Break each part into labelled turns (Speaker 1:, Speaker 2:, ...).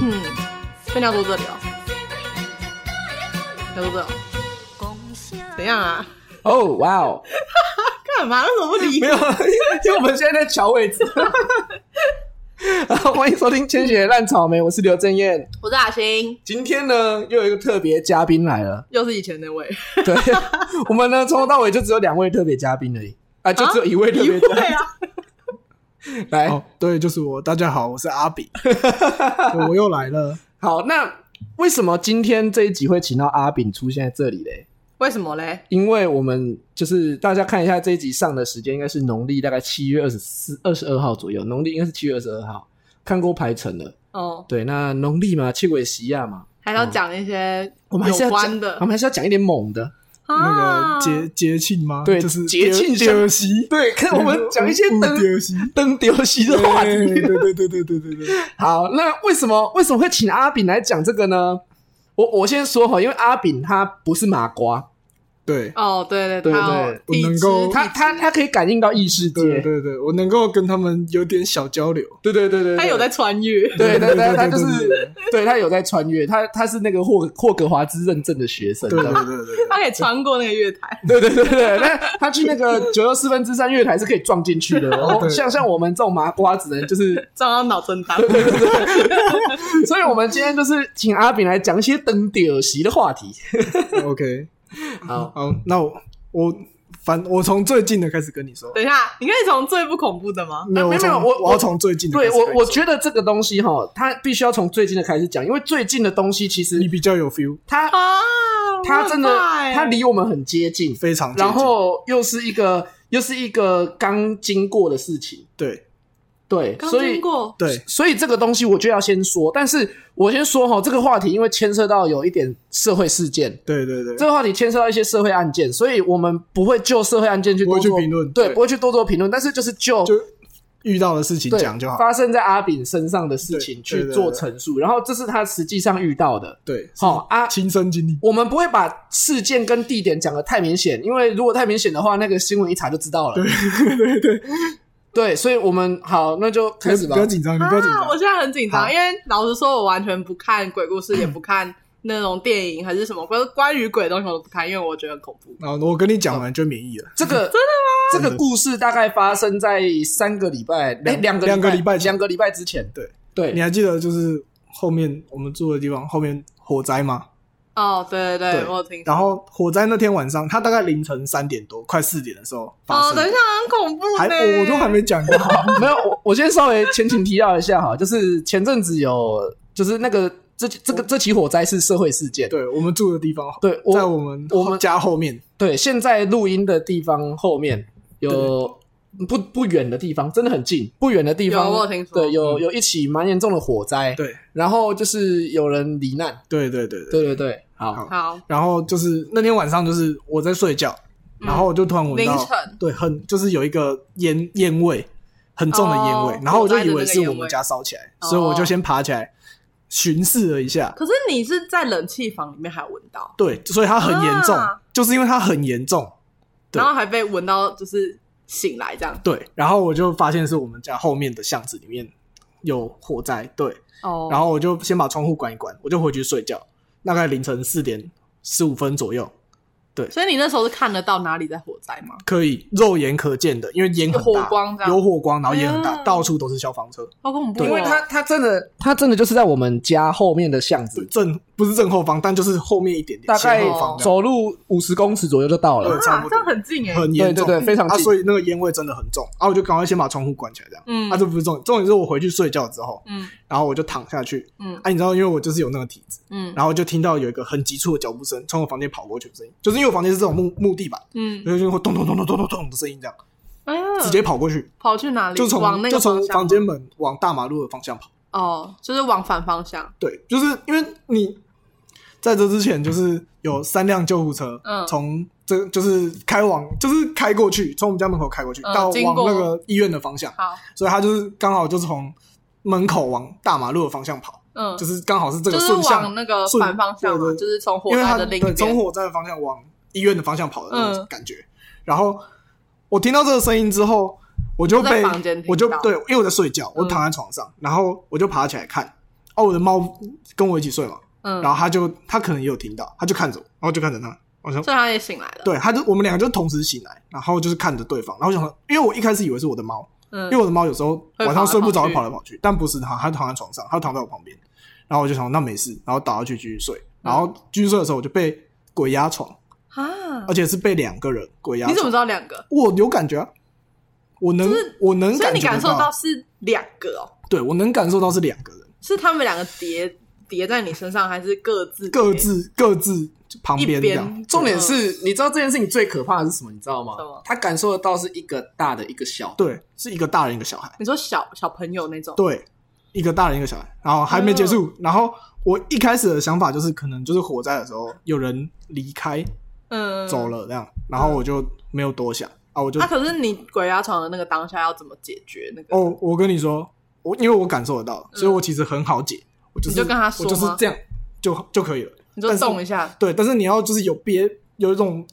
Speaker 1: 嗯，真聊多这里哦，聊多这里哦，怎样啊？
Speaker 2: 哦，哇哦，
Speaker 1: 干嘛？为什么不理
Speaker 2: 没？有，因为我们现在在瞧位 置。啊，欢迎收听《千雪烂草 莓》，我是刘正燕。
Speaker 1: 我是阿星，
Speaker 2: 今天呢，又有一个特别嘉宾来了。
Speaker 1: 又是以前那位，
Speaker 2: 对，我们呢从头到尾就只有两位特别嘉宾而已，啊，就只有一位特
Speaker 1: 一
Speaker 2: 别
Speaker 1: 位
Speaker 2: 嘉
Speaker 1: 啊，
Speaker 2: 宾。来，
Speaker 3: 哦，对，就是我。大家好，我是阿比，我又来了。
Speaker 2: 好，那为什么今天这一集会请到阿炳出现在这里嘞？
Speaker 1: 为什么嘞？
Speaker 2: 因为我们就是大家看一下这一集上的时间，应该是农历大概七月二十四、二十二号左右，农历应该是七月二十二号，看过排程了。
Speaker 1: 哦，
Speaker 2: 对，那农历嘛，七鬼西亚啊嘛，
Speaker 1: 还要讲一些
Speaker 2: 我们还是要
Speaker 1: 有
Speaker 2: 讲
Speaker 1: 关的
Speaker 2: 哦我们还是要讲一点猛的。
Speaker 3: 那
Speaker 1: 啊
Speaker 3: 个节节庆吗？
Speaker 2: 对
Speaker 3: 就是
Speaker 2: 节庆相
Speaker 3: 丢席。
Speaker 2: 对，看我们讲一些
Speaker 3: 不
Speaker 2: 灯
Speaker 3: 丢席。
Speaker 2: 灯丢西的话题。
Speaker 3: 对对对对对对对对。
Speaker 2: 好，那为什么为什么会请阿炳来讲这个呢？我我先说哈，因为阿炳他不是麻瓜，
Speaker 3: 对
Speaker 1: 哦，对对，
Speaker 2: 对对
Speaker 3: 我能
Speaker 1: 体质
Speaker 3: 够
Speaker 1: 体
Speaker 2: 他他他可以感应到异世界，
Speaker 3: 对对对，我能够跟他们有点小交流。
Speaker 2: 对对对对，
Speaker 1: 他有在穿越，
Speaker 2: 对对对，
Speaker 3: 对对
Speaker 2: 他就
Speaker 3: 对对
Speaker 2: 是对他有在穿越，他他是那个霍霍格华兹认证的学生，
Speaker 3: 对
Speaker 2: 这
Speaker 3: 对
Speaker 2: 样
Speaker 3: 对对对，
Speaker 1: 他可以穿过那个月台，
Speaker 2: 对对对对，那他去那个九又四分之三月台是可以撞进去的，哦
Speaker 3: 对
Speaker 2: 像像我们这种麻瓜只能就是，
Speaker 1: 撞到脑震荡。
Speaker 2: 所以我们今天就是请阿炳来讲一些登顶耳席的话题。嗯
Speaker 3: OK，
Speaker 2: 好，
Speaker 3: 好，那我我反我从最近的开始跟你说。
Speaker 1: 等一下，你可以从最不恐怖的吗？
Speaker 3: 没有
Speaker 2: 没有没有我
Speaker 3: 我我要从最近的开
Speaker 2: 对
Speaker 3: 始跟你
Speaker 2: 我
Speaker 3: 说。
Speaker 2: 我觉得这个东西哈，它必须要从最近的开始讲，因为最近的东西其
Speaker 3: 你
Speaker 2: 实
Speaker 3: 比较有 feel，
Speaker 2: 它
Speaker 1: 啊，
Speaker 2: 它嗯真的
Speaker 1: 我很怕欸
Speaker 2: 它离我们很接近，
Speaker 3: 非常接近。
Speaker 2: 然后又是一个又是一个刚经过的事情。
Speaker 3: 对
Speaker 2: 对，
Speaker 1: 刚
Speaker 2: 所以
Speaker 1: 经过，
Speaker 3: 对
Speaker 2: 所以这个东西我就要先说，但是我先说哈，这个话题因为牵涉到有一点社会事件，
Speaker 3: 对对对
Speaker 2: 这，个话题牵涉到一些社会案件，所以我们不会就社会案件去多
Speaker 3: 不
Speaker 2: 做
Speaker 3: 会去评论
Speaker 2: 对，
Speaker 3: 对
Speaker 2: 不会去多做评论，但是就是就
Speaker 3: 就遇到的事情
Speaker 2: 对
Speaker 3: 讲就好。
Speaker 2: 发生在阿炳身上的事情
Speaker 3: 对对
Speaker 2: 去
Speaker 3: 对
Speaker 2: 做
Speaker 3: 对
Speaker 2: 陈述，然后这是他实际上遇到的，
Speaker 3: 对，
Speaker 2: 好啊。
Speaker 3: 亲身经历。
Speaker 2: 我们不会把事件跟地点讲的太明显，因为如果太明显的话，那个新闻一查就知道了。对对对，所以我们好，那就开始吧
Speaker 3: 不。要紧张，你不要紧
Speaker 1: 啊！
Speaker 3: 张
Speaker 1: 我。现在很紧
Speaker 2: 好
Speaker 1: 张，因为老实说，我完全不看鬼故事， 也不看那种电影还是什么关关于鬼的东西，我都不看，因为我觉得很恐 怖。
Speaker 3: 然后我跟你讲完就免疫了。
Speaker 2: 这个 真的吗？这个故事大概发生在三个礼拜，哎，
Speaker 3: 两
Speaker 2: 两个
Speaker 3: 两个礼拜前
Speaker 2: 两个礼拜之前。
Speaker 3: 对你
Speaker 2: 对，
Speaker 3: 还记得就是后面我们住的地方后面火灾吗？
Speaker 1: 哦，对对对，
Speaker 3: 对
Speaker 1: 我有听说。
Speaker 3: 然后火灾那天晚上，它大概凌晨三点多，快四点的时候发
Speaker 1: 哦，
Speaker 3: 生的。
Speaker 1: 等一下，很恐怖呢。
Speaker 3: 还哦我我都还没 讲过。
Speaker 2: 没有我，我先稍微前情提要一下哈，就是前阵子有，就是那个这这个这起火灾是社会事件。
Speaker 3: 对我们住的地方，
Speaker 2: 对，
Speaker 3: 在
Speaker 2: 我
Speaker 3: 我们
Speaker 2: 我们
Speaker 3: 家后面，
Speaker 2: 对现在录音的地方后面有不不远的地方，真的很近，不远的地方
Speaker 1: 有我有听说
Speaker 2: 对，有有一起蛮严重的火灾，
Speaker 3: 嗯对
Speaker 2: 然后就是有人罹难。
Speaker 3: 对对对对。
Speaker 2: 对对对，好，
Speaker 3: 好
Speaker 1: 好，
Speaker 3: 然后就是那天晚上，就是我在睡觉，然后我就突然闻到
Speaker 1: 嗯凌晨
Speaker 3: 对，很就是有一个烟烟味，很重的烟味
Speaker 1: 哦，
Speaker 3: 然后我就以
Speaker 1: 火灾的那
Speaker 3: 为
Speaker 1: 个
Speaker 3: 是我
Speaker 1: 烟味
Speaker 3: 们家烧起来，
Speaker 1: 哦
Speaker 3: 所以我就先爬起来巡视了一下，
Speaker 1: 可是你是在冷气房里面还闻到，
Speaker 3: 对，所以它很严重，
Speaker 1: 啊
Speaker 3: 就是因为它很严重，对
Speaker 1: 然后还被闻到，就是醒来这样。
Speaker 3: 对。然后我就发现是我们家后面的巷子里面有火灾，对。
Speaker 1: 哦，
Speaker 3: 然后我就先把窗户关一关，我就回去睡觉，大概凌晨四点十五分左右，
Speaker 1: 所以你那时候是看得到哪里在火灾吗？
Speaker 3: 可以肉眼可见的，因为烟很大，
Speaker 1: 有火光这样
Speaker 3: 有火光，然后烟很大，
Speaker 1: 啊
Speaker 3: 到处都是消防车，
Speaker 1: 好恐怖哦！
Speaker 2: 因为他他真的他真的就是在我们家后面的巷子
Speaker 3: 对，正不是正后方，但就是后面一点点，
Speaker 2: 大概
Speaker 3: 斜后方这样
Speaker 2: 走路五十公尺左右就到了
Speaker 3: 对。差
Speaker 1: 啊，
Speaker 3: 不
Speaker 1: 这
Speaker 3: 多
Speaker 1: 样很近哎。
Speaker 3: 很严重，
Speaker 2: 对对对非常
Speaker 3: 啊，
Speaker 2: 近
Speaker 3: 所以那个烟味真的很重，啊，我就赶快先把窗户关起来，这样，
Speaker 1: 嗯
Speaker 3: 啊，这不是重点，重点是我回去睡觉之后，
Speaker 1: 嗯
Speaker 3: 然后我就躺下去，
Speaker 1: 嗯
Speaker 3: 啊，你知道，因为我就是有那个体质，
Speaker 1: 嗯
Speaker 3: 然后就听到有一个很急促的脚步声从我房间跑过去的声音，就是因为我房间是这种木木地板，
Speaker 1: 嗯，
Speaker 3: 然后就会咚咚咚咚咚咚咚的声音，这样
Speaker 1: 哎呀，
Speaker 3: 直接跑过去，
Speaker 1: 跑去哪里？
Speaker 3: 就
Speaker 1: 往
Speaker 3: 从
Speaker 1: 那
Speaker 3: 就
Speaker 1: 个
Speaker 3: 从
Speaker 1: 方向
Speaker 3: 房
Speaker 1: 吗
Speaker 3: 间门往大马路的方向跑。
Speaker 1: 哦，就是往反方向。
Speaker 3: 对，就是因为你在这之前就是有三辆救护车，
Speaker 1: 嗯
Speaker 3: 从这就是开往就是开过去，从我们家门口开过去，
Speaker 1: 嗯
Speaker 3: 到
Speaker 1: 经
Speaker 3: 往
Speaker 1: 过
Speaker 3: 那个医院的方向，
Speaker 1: 好，
Speaker 3: 所以他就是刚好就从门口往大马路的方向跑，
Speaker 1: 嗯，
Speaker 3: 就是是刚好是这个
Speaker 1: 就是
Speaker 3: 顺向
Speaker 1: 往那个
Speaker 3: 顺
Speaker 1: 反方向嘛，
Speaker 3: 对对
Speaker 1: 就是从火
Speaker 3: 因为
Speaker 1: 灾
Speaker 3: 他
Speaker 1: 的另
Speaker 3: 对
Speaker 1: 一
Speaker 3: 从
Speaker 1: 边。
Speaker 3: 火灾的方向往医院的方向跑的那种
Speaker 1: 嗯
Speaker 3: 感觉。然后我听到这个声音之后，我就
Speaker 1: 就在
Speaker 3: 被
Speaker 1: 房间听
Speaker 3: 我就
Speaker 1: 到
Speaker 3: 对，因为我在睡觉，我
Speaker 1: 嗯
Speaker 3: 躺在床上，然后我就爬起来看，哦，我的猫跟我一起睡嘛，
Speaker 1: 嗯，
Speaker 3: 然后它就它可能也有听到，它就看着我，然后就看着它，我想
Speaker 1: 所以他也醒来了。，
Speaker 3: 对，它就我们两个就同时醒来，然后就是看着对方，然后我想说，因为我一开始以为是我的猫，
Speaker 1: 嗯
Speaker 3: 因为，我的猫有时候
Speaker 1: 会
Speaker 3: 晚上睡不着
Speaker 1: 跑来跑
Speaker 3: 会
Speaker 1: 去
Speaker 3: 跑来跑去，但不是它，它躺在床上，它躺在我旁边，然后我就想那没事，然后倒下去继续睡，然后继续睡的时候我就被鬼压床，
Speaker 1: 啊
Speaker 3: 而，且是被两个人鬼压
Speaker 1: 你怎
Speaker 3: 床，
Speaker 1: 么知道两个？
Speaker 3: 我有感觉啊，我能
Speaker 1: 就是
Speaker 3: 我能
Speaker 1: 所以你
Speaker 3: 觉
Speaker 1: 感
Speaker 3: 得
Speaker 1: 受到，是两个哦，
Speaker 3: 对我能感受到是两个人
Speaker 1: 是他们两个叠叠在你身上，还是各自
Speaker 3: 各
Speaker 1: 叠
Speaker 3: 自各自旁边这
Speaker 1: 一边嗯
Speaker 3: 样，
Speaker 2: 重点是，你知道这件事情最可怕的是什么？你知道吗
Speaker 1: 什么？
Speaker 2: 他感受得到是一个大的，一个小的。
Speaker 3: 对，是一个大人一个小孩。
Speaker 1: 你说小小朋友那种，
Speaker 3: 对，一个大人一个小孩，然后还没结束。
Speaker 1: 哦
Speaker 3: 然后我一开始的想法就是，可能就是火灾的时候有人离开
Speaker 1: 嗯，
Speaker 3: 走。了这样，然后我就没有多想啊，我就、
Speaker 1: 那、可是你鬼压床的那个当下要怎么解决那个？
Speaker 3: 哦，我跟你说，我因为我感受得到，所以我其实很好解，我就
Speaker 1: 嗯
Speaker 3: 是
Speaker 1: 你就跟他说
Speaker 3: 我
Speaker 1: 吗
Speaker 3: 就是这样就就可以了。
Speaker 1: 你就
Speaker 3: 但是
Speaker 1: 动一下，
Speaker 3: 对，但是你要就是有憋有一种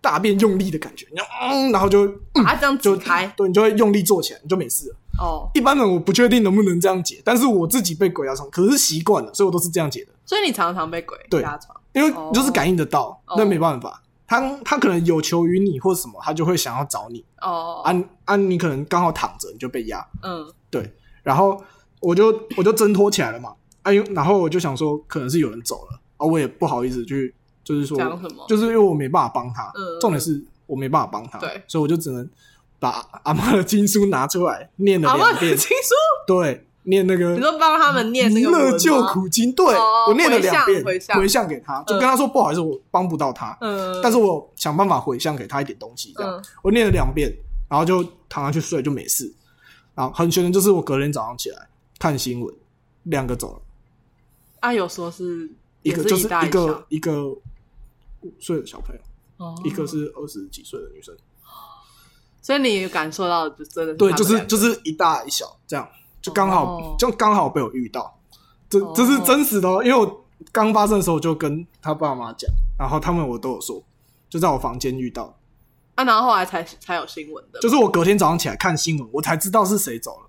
Speaker 3: 大便用力的感觉，你就嗯，然后就
Speaker 1: 把啊它这样
Speaker 3: 就
Speaker 1: 挤开
Speaker 3: 对你就会用力做起来，你就没事了。
Speaker 1: 哦。
Speaker 3: 一般人我不确定能不能这样解，但是我自己被鬼压床，可是习惯了，所以我都是这样解的。
Speaker 1: 所以你常常被鬼
Speaker 3: 对
Speaker 1: 压床，
Speaker 3: 因为你就是感应得到
Speaker 1: 哦，
Speaker 3: 那、没办法，他他可能有求于你或什么，他就会想要找你。
Speaker 1: 哦，
Speaker 3: 啊啊，你可能刚好躺着，你就被压。
Speaker 1: 嗯
Speaker 3: 对，然后我就我就挣脱起来了嘛。哎、呦，然后我就想说，可能是有人走了啊，我也不好意思去，就是说
Speaker 1: 讲什么
Speaker 3: 就是因为我没办法帮他。
Speaker 1: 嗯
Speaker 3: 重点是我没办法帮他，
Speaker 1: 对
Speaker 3: 所以我就只能把 阿妈的经书拿出来念了
Speaker 1: 阿妈
Speaker 3: 两
Speaker 1: 的
Speaker 3: 遍
Speaker 1: 经，书，
Speaker 3: 对，念那个
Speaker 1: 你说帮他们念那
Speaker 3: 弥
Speaker 1: 个文
Speaker 3: 勒
Speaker 1: 吗
Speaker 3: 救，苦经，对、
Speaker 1: 哦
Speaker 3: 我念了两遍，
Speaker 1: 回向回向
Speaker 3: 给他，就跟他说、不好意思，我帮不到他，
Speaker 1: 嗯，
Speaker 3: 但是我想办法回向给他一点东西，这样、
Speaker 1: 嗯
Speaker 3: 我念了两遍，然后就躺下去睡就没事。然后很悬的就是我隔天早上起来看新闻，两个走了，
Speaker 1: 啊有说是
Speaker 3: 一
Speaker 1: 也
Speaker 3: 个就是
Speaker 1: 大
Speaker 3: 一
Speaker 1: 小
Speaker 3: 个一个五岁的小朋友，
Speaker 1: 哦
Speaker 3: 一个是二十几岁的女生，
Speaker 1: 所以你感受到就真的
Speaker 3: 对，就
Speaker 1: 哦他
Speaker 3: 是
Speaker 1: 们两个
Speaker 3: 就是一大一小这样，就刚好、
Speaker 1: 哦
Speaker 3: 就刚好被我遇到，这
Speaker 1: 哦
Speaker 3: 这是真实的、哦，因为我刚发生的时候我就跟他爸妈讲，然后他们我都有说，就在我房间遇到，
Speaker 1: 啊，然后后来才才有新闻的，
Speaker 3: 就是我隔天早上起来看新闻，我才知道是谁走了。
Speaker 1: 哦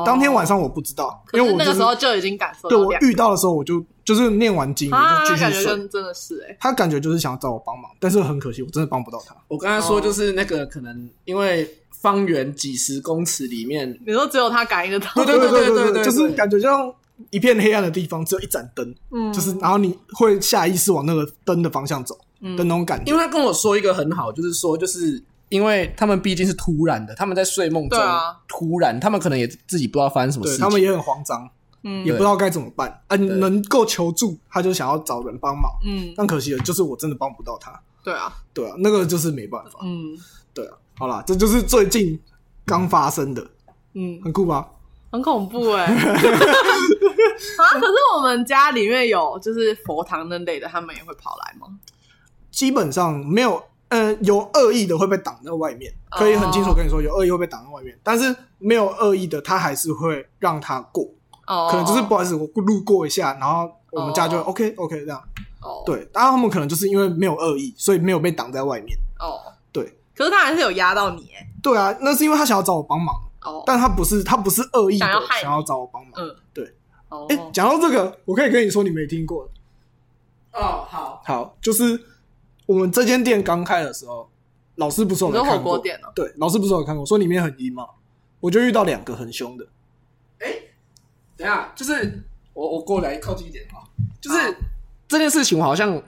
Speaker 3: 我当天晚上我不知道，
Speaker 1: 可
Speaker 3: 因为
Speaker 1: 是
Speaker 3: 我、
Speaker 1: 那
Speaker 3: 就是、
Speaker 1: 个时候就已经感受到
Speaker 3: 对我
Speaker 1: 两
Speaker 3: 遇到的时候，我就就是念完经
Speaker 1: 啊，
Speaker 3: 我
Speaker 1: 那
Speaker 3: 就继续
Speaker 1: 感觉
Speaker 3: 睡。
Speaker 1: 跟真的是哎，
Speaker 3: 他感觉就是想要找我帮忙，但是很可惜，我真的帮不到他。
Speaker 2: 我刚才说就是那个可能因为方圆几十公尺里面，
Speaker 1: 你说只有他感应得到，
Speaker 2: 对对
Speaker 3: 对
Speaker 2: 对对
Speaker 3: 就是
Speaker 2: 对
Speaker 3: 感觉像一片黑暗的地方，只有一盏灯，
Speaker 1: 嗯
Speaker 3: 就是然后你会下意识往那个灯的方向走
Speaker 1: 嗯
Speaker 3: 的那种感觉。
Speaker 2: 因为他跟我说一个很好，就是说就是。因为他们毕竟是突然的，他们在睡梦中、
Speaker 1: 对啊
Speaker 2: 突然，他们可能也自己不知道发生什么事
Speaker 3: 对
Speaker 2: 情，
Speaker 3: 他们也很慌张，
Speaker 1: 嗯
Speaker 3: 也
Speaker 2: 对
Speaker 3: 不知道该怎么办啊！你能够求助，他就想要找人帮忙，
Speaker 1: 嗯，
Speaker 3: 但可惜了，就是我真的帮不到他。
Speaker 1: 对啊，
Speaker 3: 对啊，那个就是没办法。
Speaker 1: 嗯
Speaker 3: 对啊，好啦，这就是最近刚发生的，
Speaker 1: 嗯，
Speaker 3: 很酷吧？
Speaker 1: 很恐怖 哎、啊，可是我们家里面有就是佛堂那类的，他们也会跑来吗？
Speaker 3: 基本上没有，呃，有恶意的会被挡在外面，
Speaker 1: 哦
Speaker 3: 可以很清楚跟你说，有恶意会被挡在外面，但是没有恶意的，他还是会让他过，
Speaker 1: 哦，
Speaker 3: 可能就是不好意思，我路过一下，然后我们家就、
Speaker 1: 哦
Speaker 3: OK OK 这样，
Speaker 1: 哦
Speaker 3: 对，然后他们可能就是因为没有恶意，所以没有被挡在外面，
Speaker 1: 哦，
Speaker 3: 对，
Speaker 1: 可是他还是有压到你哎、
Speaker 3: 对啊，那是因为他想要找我帮忙，
Speaker 1: 哦
Speaker 3: 但他不是他不是恶意的
Speaker 1: 想要害你
Speaker 3: 想要找我帮忙，
Speaker 1: 嗯
Speaker 3: 对，
Speaker 1: 哦
Speaker 3: 哎、讲到这个，我可以跟你说你没听过，
Speaker 2: 哦，好，
Speaker 3: 好，就是我们这间店刚开的时候，老师不是有来
Speaker 1: 你说
Speaker 3: 看
Speaker 1: 火锅
Speaker 3: 过
Speaker 1: 店哦
Speaker 3: 对，老师不是有看过，说里面很阴嘛，我就遇到两个很凶的，
Speaker 2: 等一下，就是我我过来靠近一点啊，就是
Speaker 1: 好
Speaker 2: 这件事情，我好像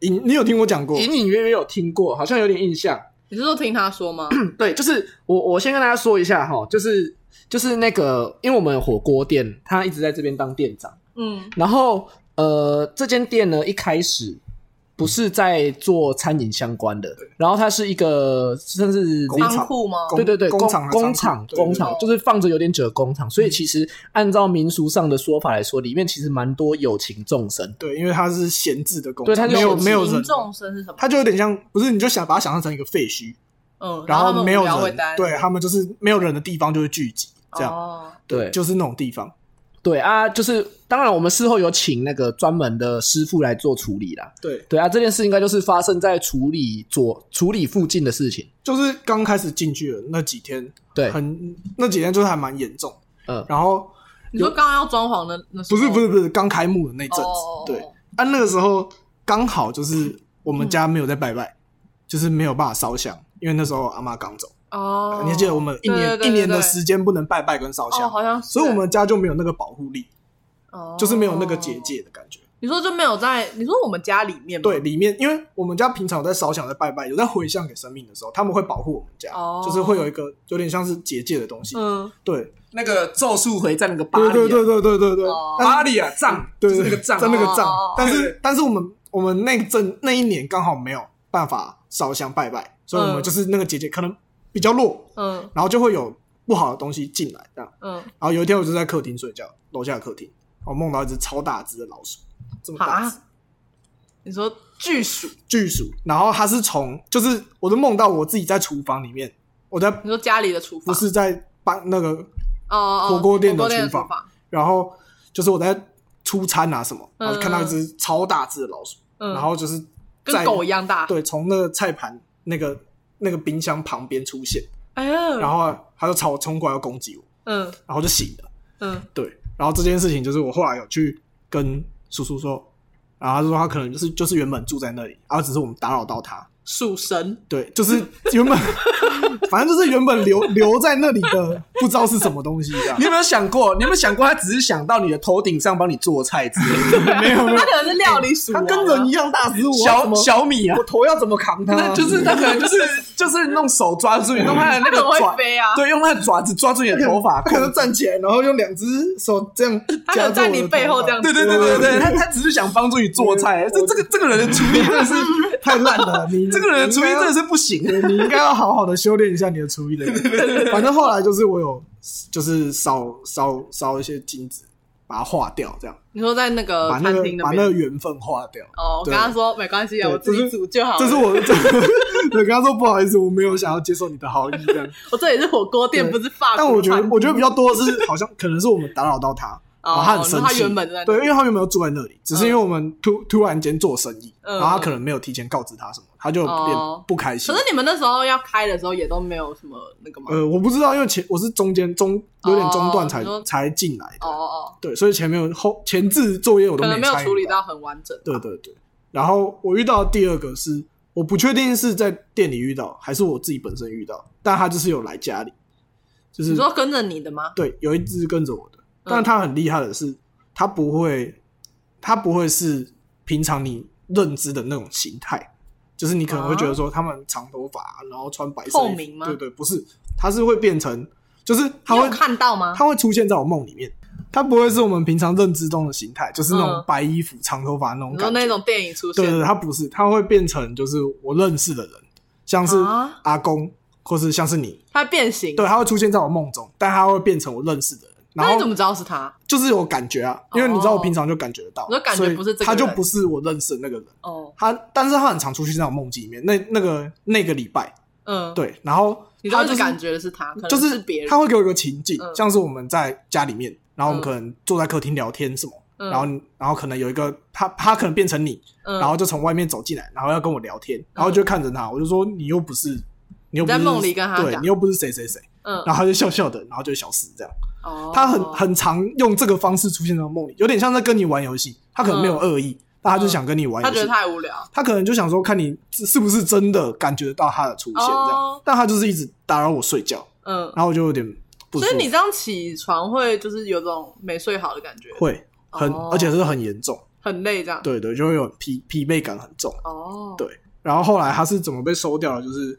Speaker 3: 你你有听我讲过？
Speaker 2: 隐隐约约有听过，好像有点印象。
Speaker 1: 你是说听他说吗？
Speaker 2: 对，就是我我先跟大家说一下哈，就是就是那个，因为我们火锅店他一直在这边当店长，
Speaker 1: 嗯
Speaker 2: 然后呃，这间店呢一开始不是在做餐饮相关的，然后它是一个甚至
Speaker 3: 工厂
Speaker 1: 仓库吗？
Speaker 3: 工
Speaker 2: 对对对，
Speaker 3: 工
Speaker 2: 工
Speaker 3: 厂的仓
Speaker 2: 工
Speaker 3: 库
Speaker 2: 厂
Speaker 3: 对对嗯
Speaker 2: 工厂
Speaker 1: 对
Speaker 2: 就是放着有点久的工厂，所以其实按照民俗上的说法来说，里面其实蛮多有情众生。
Speaker 3: 对，因为它是闲置的工
Speaker 2: 对
Speaker 3: 厂，
Speaker 2: 它就
Speaker 3: 没有
Speaker 2: 是
Speaker 3: 没有人哦
Speaker 1: 民，众生是什么？
Speaker 3: 它就有点像，不是你就想把它想象成一个废墟，
Speaker 1: 嗯，
Speaker 3: 然
Speaker 1: 后他们
Speaker 3: 没有
Speaker 1: 无聊会
Speaker 3: 人
Speaker 1: 待，
Speaker 3: 对他们就是没有人的地方就会聚集，这样、
Speaker 1: 哦
Speaker 2: 对
Speaker 3: 就是那种地方。
Speaker 2: 对啊，就是当然我们事后有请那个专门的师傅来做处理啦。
Speaker 3: 对，
Speaker 2: 对啊，这件事应该就是发生在处理左处理附近的事情。
Speaker 3: 就是刚开始进去的那几天，
Speaker 2: 对，
Speaker 3: 很那几天就是还蛮严重。
Speaker 2: 嗯
Speaker 3: 然后
Speaker 1: 你说刚刚要装潢的那时
Speaker 3: 不
Speaker 1: 候
Speaker 3: 是不是不是刚开幕的那阵子，
Speaker 1: 哦
Speaker 3: 对，啊那个时候刚好
Speaker 1: 嗯
Speaker 3: 就是我们家没有在拜拜，就是没有办法烧香，因为那时候阿妈刚走，
Speaker 1: 哦，
Speaker 3: 你还记得我们一年
Speaker 1: 对对对对
Speaker 3: 一年的时间不能拜拜跟烧
Speaker 1: 哦，
Speaker 3: 香，
Speaker 1: 好像是，
Speaker 3: 所以我们家就没有那个保护力，
Speaker 1: 哦
Speaker 3: 就是没有那个结。界的感觉。
Speaker 1: 你说就没有在？你说我们家里面吗
Speaker 3: 对，里面因为我们家平常有在烧香、在拜拜，有在回向给生命的时候，他们会保护我们家，
Speaker 1: 哦
Speaker 3: 就是会有一个有点像是结界的东西。
Speaker 1: 嗯，
Speaker 3: 对，
Speaker 4: 那个咒术回战那个巴
Speaker 3: 对
Speaker 4: 黎，
Speaker 3: 对对对对对对，
Speaker 1: 哦
Speaker 4: 巴黎啊，藏，
Speaker 3: 嗯对
Speaker 4: 就是那
Speaker 3: 对
Speaker 4: 个藏，
Speaker 3: 在那个
Speaker 1: 哦
Speaker 3: 藏
Speaker 1: 哦哦，
Speaker 3: 但
Speaker 4: 对
Speaker 3: 是但是我们我们那阵那一年刚好没有办法烧香拜拜，所以我
Speaker 1: 嗯
Speaker 3: 们就是那个结界可能比较弱，
Speaker 1: 嗯
Speaker 3: 然后就会有不好的东西进来这样。
Speaker 1: 嗯，
Speaker 3: 然后有一天我就在客厅睡觉，楼下的客厅，我梦到一只超大只的老鼠，这么大
Speaker 1: 啊
Speaker 3: 只。，
Speaker 1: 你说巨鼠？
Speaker 3: 巨鼠，然后它是从就是我就梦到我自己在厨房里面，我在
Speaker 1: 你说家里的厨
Speaker 3: 不
Speaker 1: 房？
Speaker 3: 是在搬那个，
Speaker 1: 哦哦，
Speaker 3: 火锅店的
Speaker 1: 厨
Speaker 3: 厨房然后就是我在出餐啊什么，
Speaker 1: 嗯
Speaker 3: 然后就看到一只超大只的老鼠，
Speaker 1: 嗯，
Speaker 3: 然后就是
Speaker 1: 跟
Speaker 3: 在
Speaker 1: 狗一样
Speaker 4: 啊
Speaker 1: 大。，
Speaker 3: 对，从那个菜盘那个那个冰箱旁边出现，
Speaker 1: 哎呀，
Speaker 3: 然后
Speaker 4: 嗯
Speaker 3: 它就朝我冲过来要攻击我，
Speaker 1: 嗯
Speaker 3: 然后我就醒了，
Speaker 1: 嗯
Speaker 3: 对，然后这件事情就是我后来有去跟叔叔说，然后他就说他可能就是就是原本住在那里，然后只是我们打扰到他，
Speaker 1: 属神，
Speaker 3: 对，就是原本， 反正就是原本留留在那里的，不知道是什么东西这样
Speaker 4: 你。有没有想过？你有没有想过，他只是想到你的头顶上帮你做菜之类的？
Speaker 1: 没有没有，他可能是料理鼠
Speaker 3: 他
Speaker 1: 王啊，
Speaker 3: 跟人一样大，只是 我要怎
Speaker 4: 小
Speaker 3: 么
Speaker 4: 小米啊
Speaker 3: 我，头要怎么扛他啊？
Speaker 4: 就是他可能就是 就是弄手抓住你，弄他的那
Speaker 1: 他
Speaker 4: 个
Speaker 1: 可能
Speaker 4: 爪
Speaker 1: 会，飞啊，
Speaker 4: 对，用他的爪子抓住你的头发，
Speaker 3: 他可能站起来，然后用两只手这样
Speaker 1: 他可
Speaker 3: 夹
Speaker 1: 能
Speaker 3: 住
Speaker 1: 在
Speaker 3: 我的头发，
Speaker 1: 你背后这样子。
Speaker 4: 对对对对对，他他只是想帮助你做菜，这这个这个人的厨艺真 的是，
Speaker 3: 太烂了。 你
Speaker 4: 这个人的厨艺真的是不行。
Speaker 3: 你应该要好好的修炼一下你的厨艺的。反正后来就是我有就是烧烧烧一些金子，把它化掉，这样
Speaker 1: 你说在那个
Speaker 3: 把那
Speaker 1: 呃餐
Speaker 3: 个
Speaker 1: 厅那
Speaker 3: 把那个
Speaker 1: 边。
Speaker 3: 缘分化掉。
Speaker 1: 哦，我
Speaker 3: 对
Speaker 1: 跟他说没关系啊，
Speaker 3: 对
Speaker 1: 我自己
Speaker 3: 这是
Speaker 1: 煮就好了。
Speaker 3: 这是我， 对，跟他说不好意思，我没有想要接受你的好意这样。
Speaker 1: 我这里是火锅店，
Speaker 3: 对
Speaker 1: 不是法国
Speaker 3: 但我觉得
Speaker 1: 饭，
Speaker 3: 我觉得比较多的是，好像可能是我们打扰到他，然后
Speaker 1: 哦，
Speaker 3: 他很生
Speaker 1: 他
Speaker 3: 气。
Speaker 1: 原本在那
Speaker 3: 对，因为他原本要住在那里，只是因为我们突突然间做生意，
Speaker 1: 嗯
Speaker 3: 然后他可能没有提前告知他什么，他就有
Speaker 1: 哦
Speaker 3: 点不开心
Speaker 1: 可。是你们那时候要开的时候也都没有什么那个吗？
Speaker 3: 呃，我不知道，因为前我是中间中有点中断
Speaker 1: 哦
Speaker 3: 才
Speaker 1: 你说
Speaker 3: 才进来
Speaker 1: 哦
Speaker 3: 的，
Speaker 1: 哦
Speaker 3: 对，所以前面有后前置作业我
Speaker 1: 哦，
Speaker 3: 都
Speaker 1: 可能没有
Speaker 3: 参与
Speaker 1: 处理。到很完整。
Speaker 3: 对对对，然后我遇到的第二个是，我不确定是在店里遇到还是我自己本身遇到，但他就是有来家里，就
Speaker 1: 你
Speaker 3: 是
Speaker 1: 说跟着你的吗？
Speaker 3: 对，有一只跟着我的，
Speaker 1: 嗯
Speaker 3: 但它很厉害的是，它不会，它不会是平常你认知的那种形态，就是你可能会觉得说他们长头发，啊然后穿白色衣服
Speaker 1: 啊透明吗
Speaker 3: 对对，不是，它是会变成，就是它
Speaker 1: 你
Speaker 3: 会
Speaker 1: 有看到吗？
Speaker 3: 它会出现在我梦里面，它不会是我们平常认知中的形态，就是那种
Speaker 1: 嗯
Speaker 3: 白衣服、长头发那种
Speaker 1: 你
Speaker 3: 感觉
Speaker 1: 说。那种电影出现
Speaker 3: 对对，对它不是，它会变成就是我认识的人，像是
Speaker 1: 啊
Speaker 3: 阿公，或是像是你，
Speaker 1: 它变形，
Speaker 3: 对，它会出现在我梦中，但它会变成我认识的人。然
Speaker 1: 那
Speaker 3: 后
Speaker 1: 你怎么知道是他？
Speaker 3: 就是有感觉啊，因为你知道我平常就感觉得到，
Speaker 1: 你说感觉
Speaker 3: 所以
Speaker 1: 不是这个
Speaker 3: 他就
Speaker 1: 人
Speaker 3: 不是我认识的那个人，
Speaker 1: 哦，
Speaker 3: 他但是他很常出现在我梦境里面，那那个那个礼拜，
Speaker 1: 嗯，，
Speaker 3: 对，然后
Speaker 1: 你
Speaker 3: 他
Speaker 1: 当
Speaker 3: 就
Speaker 1: 时
Speaker 3: 是
Speaker 1: 感觉的是他，可能
Speaker 3: 就是
Speaker 1: 别人，
Speaker 3: 他会给我一个情境，
Speaker 1: 嗯
Speaker 3: 像是我们在家里面，然后我们
Speaker 1: 嗯
Speaker 3: 可能坐在客厅聊天什么，
Speaker 1: 嗯
Speaker 3: 然后你然后可能有一个他他可能变成你，
Speaker 1: 嗯
Speaker 3: 然后就从外面走进来，然后要跟我聊天，然后就看着他，我就说你又不是。你又不是
Speaker 1: 你在梦里跟他
Speaker 3: 对
Speaker 1: 讲
Speaker 3: 你又不是谁谁谁，
Speaker 1: 嗯，
Speaker 3: 然后他就笑笑的，然后就消失这样。
Speaker 1: 哦，
Speaker 3: 他很很常用这个方式出现在梦里，有点像在跟你玩游戏。他可能没有恶意，但他就想跟你玩
Speaker 1: 嗯他
Speaker 3: 游
Speaker 1: 觉得
Speaker 3: 戏。
Speaker 1: 太无聊，
Speaker 3: 他可能就想说，看你是不是真的感觉到他的出现这样，
Speaker 1: 哦
Speaker 3: 但他就是一直打扰我睡觉，
Speaker 1: 嗯，
Speaker 3: 然后我就有点不舒
Speaker 1: 所
Speaker 3: 服。
Speaker 1: 以你这样起床会就是有种没睡好的感觉，
Speaker 3: 会很，
Speaker 1: 哦
Speaker 3: 而且是很严重，
Speaker 1: 很累这样，，
Speaker 3: 对对，就会有疲疲惫感很重。
Speaker 1: 哦，
Speaker 3: 对然后后来他是怎么被收掉的？就是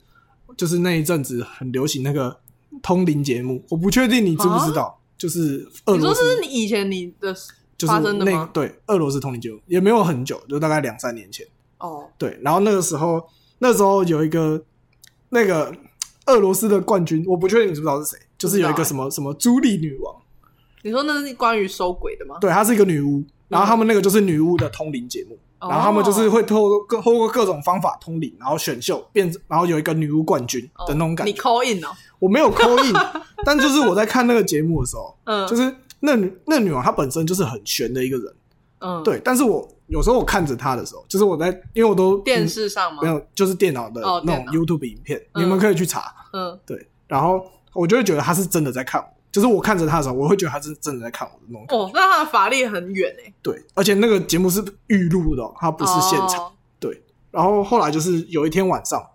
Speaker 3: 就是那一阵子很流行那个通灵节目，我不确定你知不知道，就是俄
Speaker 1: 啊你说
Speaker 3: 罗
Speaker 1: 这
Speaker 3: 斯
Speaker 1: 是你以前你的
Speaker 3: 就是
Speaker 1: 发生的
Speaker 3: 那
Speaker 1: 吗？
Speaker 3: 对，俄罗斯通灵节目也没有很久，就大概两三年前。
Speaker 1: 哦，
Speaker 3: 对，然后那个时候，那时候有一个那个俄罗斯的冠军，我不确定你知不知道是谁，就是有一
Speaker 1: 不知
Speaker 3: 个
Speaker 1: 道
Speaker 3: 什么、什么朱莉女王，
Speaker 1: 你说那是关于收鬼的吗？
Speaker 3: 对，她是一个女巫，然后他们那个就是女巫的通灵节目，
Speaker 1: 哦
Speaker 3: 然后他们就是会透过各透过各种方法通灵，然后选秀变成，然后有一个女巫冠军的那种感
Speaker 1: 哦你
Speaker 3: 觉。
Speaker 1: 扣印哦，
Speaker 3: 我没有扣印， 但就是我在看那个节目的时候，
Speaker 1: 嗯，
Speaker 3: 就是那女那女王她本身就是很悬的一个人。
Speaker 1: 嗯，，
Speaker 3: 对，但是我有时候我看着他的时候，就是我在，因为我都
Speaker 1: 电、视上
Speaker 3: 嗯
Speaker 1: 吗？
Speaker 3: 没，有，就是电脑的
Speaker 1: 哦
Speaker 3: 那
Speaker 1: 电
Speaker 3: 种
Speaker 1: 脑
Speaker 3: YouTube 影片，
Speaker 1: 嗯
Speaker 3: 你们可以去查。
Speaker 1: 嗯，
Speaker 3: 对，然后我就会觉得他是真的在看我，就是我看着他的时候，我会觉得他是真的在看我的那种感觉。
Speaker 1: 哦，那他的法力很远哎、
Speaker 3: 对，而且那个节目是预录的哦，它不是现场。
Speaker 1: 哦
Speaker 3: 对，然后后来就是有一天晚上，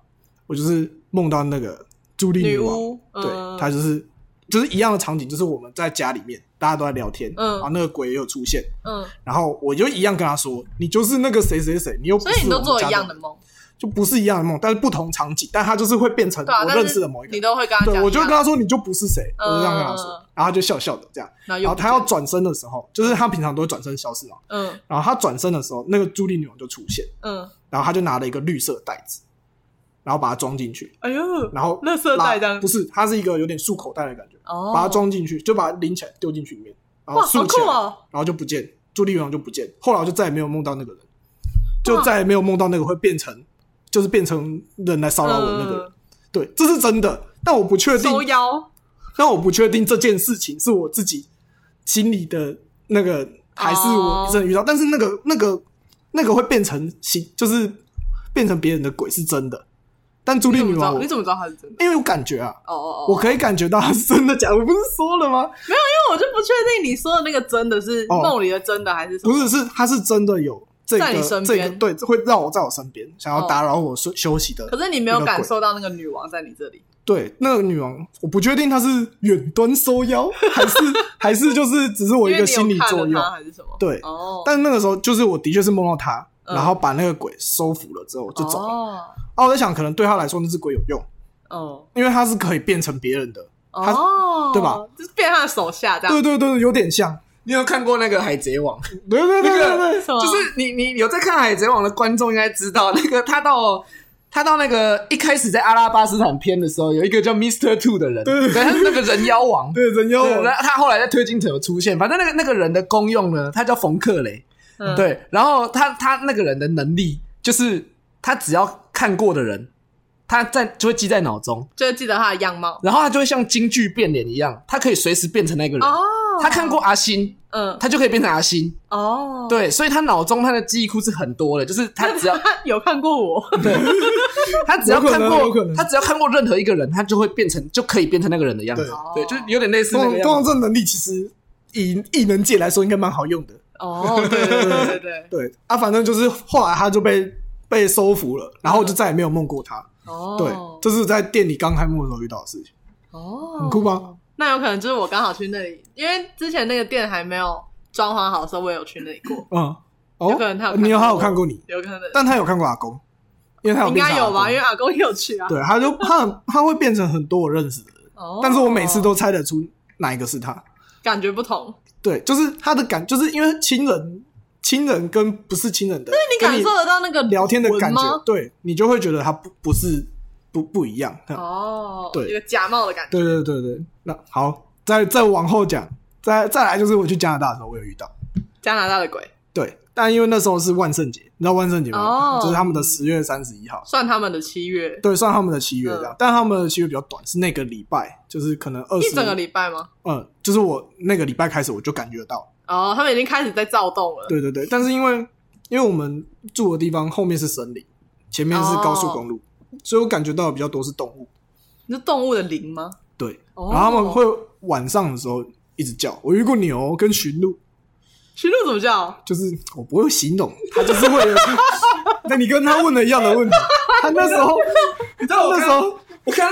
Speaker 3: 我就是梦到那个朱莉
Speaker 1: 女
Speaker 3: 王，
Speaker 1: 巫，
Speaker 3: 对，
Speaker 1: 嗯
Speaker 3: 她就是就是一样的场景，就是我们在家里面大家都在聊天，
Speaker 1: 嗯
Speaker 3: 然后那个鬼也有出现，
Speaker 1: 嗯，
Speaker 3: 然后我就一样跟他说，你就是那个谁谁谁，你又不
Speaker 1: 所以你
Speaker 3: 是
Speaker 1: 都
Speaker 3: 我
Speaker 1: 做一
Speaker 3: 们家
Speaker 1: 样的
Speaker 3: 的，
Speaker 1: 梦，
Speaker 3: 就不是一样的梦，但是不同场景，但他就是会变成
Speaker 1: 对啊，
Speaker 3: 我
Speaker 1: 但
Speaker 3: 认
Speaker 1: 是
Speaker 3: 识的某一个
Speaker 1: 你
Speaker 3: 人。
Speaker 1: 都会跟他讲一
Speaker 3: 对，
Speaker 1: 样，
Speaker 3: 我就跟他说你就不是谁，我
Speaker 1: 嗯
Speaker 3: 就这样跟他说，然后他就笑笑的这样，
Speaker 1: 然后
Speaker 3: 然
Speaker 1: 又
Speaker 3: 后
Speaker 1: 不
Speaker 3: 他要
Speaker 1: 见
Speaker 3: 转身的时候，就是他平常都会转身消失嘛，
Speaker 1: 嗯
Speaker 3: 然后他转身的时候，那个朱莉女王就出现，
Speaker 1: 嗯，
Speaker 3: 然后他就拿了一个绿色袋子，然后把它装进去，
Speaker 1: 哎呦，
Speaker 3: 然后
Speaker 1: 垃圾袋这
Speaker 3: 拉
Speaker 1: 样
Speaker 3: 不是，它是一个有点束口袋的感觉，
Speaker 1: 哦，
Speaker 3: 把它装进去，就把它拎起来丢进去里面，然后
Speaker 1: 哇，好
Speaker 3: 竖起
Speaker 1: 酷
Speaker 3: 来，
Speaker 1: 哦，
Speaker 3: 然后就不见，朱莉女王就不见，后来我就再也没有梦到那个人，就
Speaker 1: 哇
Speaker 3: 再也没有梦到那个会变成，就是变成人来骚扰我的那个人，对，这是真的，但我不确
Speaker 1: 嗯呃
Speaker 3: 定
Speaker 1: 收腰，
Speaker 3: 但我不确定这件事情是我自己心里的那个，还是
Speaker 1: 哦
Speaker 3: 我真的遇到。但是那个、那个、那个会变成形，就是变成别人的鬼是真的。但朱
Speaker 1: 你怎么
Speaker 3: 莉女
Speaker 1: 知道？
Speaker 3: 王，
Speaker 1: 你怎么知道他是真的？
Speaker 3: 因为我感觉啊，
Speaker 1: 哦哦哦，
Speaker 3: 我可以感觉到她是真的假的。我不是说了吗？
Speaker 1: 因为我就不确定你说的那个真的是
Speaker 3: 哦
Speaker 1: 梦里的真的还是什么，
Speaker 3: 不是，是她是真的有这
Speaker 1: 在你
Speaker 3: 个
Speaker 1: 身
Speaker 3: 这个
Speaker 1: 边
Speaker 3: 对，会让我在我身边，想要
Speaker 1: 哦
Speaker 3: 打扰我休休息的。
Speaker 1: 可是你没有感受到那个女王在你这里，
Speaker 3: 对，那个女王，我不确定她是远端收妖，还是还是就是只是我一
Speaker 1: 因为
Speaker 3: 个
Speaker 1: 你有
Speaker 3: 心理
Speaker 1: 看
Speaker 3: 作
Speaker 1: 着
Speaker 3: 用
Speaker 1: 她。还是什么？
Speaker 3: 对
Speaker 1: 哦，
Speaker 3: 但那个时候就是我的确是梦到他，
Speaker 1: 嗯
Speaker 3: 然后把那个鬼收服了之后就走了。
Speaker 1: 哦
Speaker 3: 啊，我在想，可能对他来说那只鬼有用，
Speaker 1: 哦
Speaker 3: 因为他是可以变成别人的。她
Speaker 1: 哦，
Speaker 3: 对吧？
Speaker 1: 就是变他的手下这样，
Speaker 3: 对对对，有点像。
Speaker 2: 你有看过那个《海贼王》？
Speaker 3: 对对对对
Speaker 2: 那
Speaker 3: 对，
Speaker 1: 什么
Speaker 2: 就是你你有在看《海贼王》的观众应该知道，那个他到他到那个一开始在阿拉巴斯坦篇的时候，有一个叫 Mister Two 的人，
Speaker 3: 对
Speaker 2: 对，他是那个人妖王，
Speaker 3: 对人妖
Speaker 2: 对，然
Speaker 3: 王，
Speaker 2: 后他后来在推金城有出现，反正那个那个人的功用呢，他叫冯克雷，
Speaker 1: 嗯，
Speaker 2: 对，然后他他那个人的能力就是他只要看过的人，他在就会记在脑中，
Speaker 1: 就记得他的样貌
Speaker 2: 然后他就会像京剧变脸一样，他可以随时变成那个人。
Speaker 1: 哦，
Speaker 2: 他看过，阿星，
Speaker 1: 嗯，
Speaker 2: 他就可以变成阿星。
Speaker 1: 哦，，
Speaker 2: 对，所以他脑中他的记忆库是很多的，就是他只要
Speaker 1: 他有看过我，
Speaker 2: 他只要
Speaker 3: 有可
Speaker 2: 看
Speaker 3: 能有可
Speaker 2: 过
Speaker 3: 能
Speaker 2: 他只要看过任何一个人，他就会变成就可以变成那个人的样子。对，就是有点类似
Speaker 3: 通
Speaker 2: 那
Speaker 3: 常
Speaker 2: 个
Speaker 3: 通常
Speaker 2: 样子。
Speaker 3: 这种能力其实以异能界来说应该蛮好用的。
Speaker 1: 哦，对对对对对，
Speaker 3: 对啊，反正就是后来他就被被收服了，然后我就再也没有梦过他。
Speaker 1: 嗯哦，
Speaker 3: 对，这是在店里刚开幕的时候遇到的事情。
Speaker 1: 哦，
Speaker 3: 很酷吗？
Speaker 1: 那有可能就是我刚好去那里，因为之前那个店还没有装潢好的时候，我也有去那里过，
Speaker 3: 嗯，
Speaker 1: 有可能他有
Speaker 3: 哦，
Speaker 1: 看
Speaker 3: 你有他有
Speaker 1: 过
Speaker 3: 看过你，
Speaker 1: 有可能，
Speaker 3: 但他有看过阿公，因为他有
Speaker 1: 应
Speaker 3: 变
Speaker 1: 该
Speaker 3: 成阿
Speaker 1: 有吧？
Speaker 3: 公
Speaker 1: 因为阿公也有去啊。
Speaker 3: 对，他就他他会变成很多我认识的人，
Speaker 1: 哦，
Speaker 3: 但是我每次都猜得出哪一个是他。
Speaker 1: 感觉不同，
Speaker 3: 对，就是他的感，就是因为亲人、亲人跟不是亲人的，
Speaker 1: 你
Speaker 3: 跟
Speaker 1: 感受得到那个
Speaker 3: 聊天的
Speaker 1: 纹
Speaker 3: 感觉
Speaker 1: 吗，？
Speaker 3: 对你就会觉得他不不是不不一样。嗯
Speaker 1: 哦，
Speaker 3: 对
Speaker 1: 一个假冒的感觉。
Speaker 3: 对对对对，那好，再再往后讲，再再来就是我去加拿大的时候，我有遇到，
Speaker 1: 加拿大的鬼
Speaker 3: 对，但因为那时候是万圣节，你知道万圣节吗？
Speaker 1: 哦
Speaker 3: 就是他们的十月三十一号，
Speaker 1: 算他们的七月，
Speaker 3: 对，算他们的七月这样，
Speaker 1: 嗯
Speaker 3: 但他们的七月比较短，是那个礼拜，就是可能二十
Speaker 1: 一整个礼拜吗？
Speaker 3: 嗯，就是我那个礼拜开始我就感觉到，
Speaker 1: 哦，他们已经开始在躁动了。
Speaker 3: 对对对，但是因为因为我们住的地方后面是森林，前面是高速公路，
Speaker 1: 哦
Speaker 3: 所以我感觉到的比较多是动物，
Speaker 1: 你是动物的灵吗？
Speaker 3: 对，
Speaker 1: 哦
Speaker 3: 然后他们会晚上的时候一直叫，我遇过牛跟驯鹿，
Speaker 1: 驯鹿怎么叫？
Speaker 3: 就是我不会形容，它就是会有， 那你跟他问的一样的问题，他那时候
Speaker 2: 你知道
Speaker 3: 那时候
Speaker 2: 我刚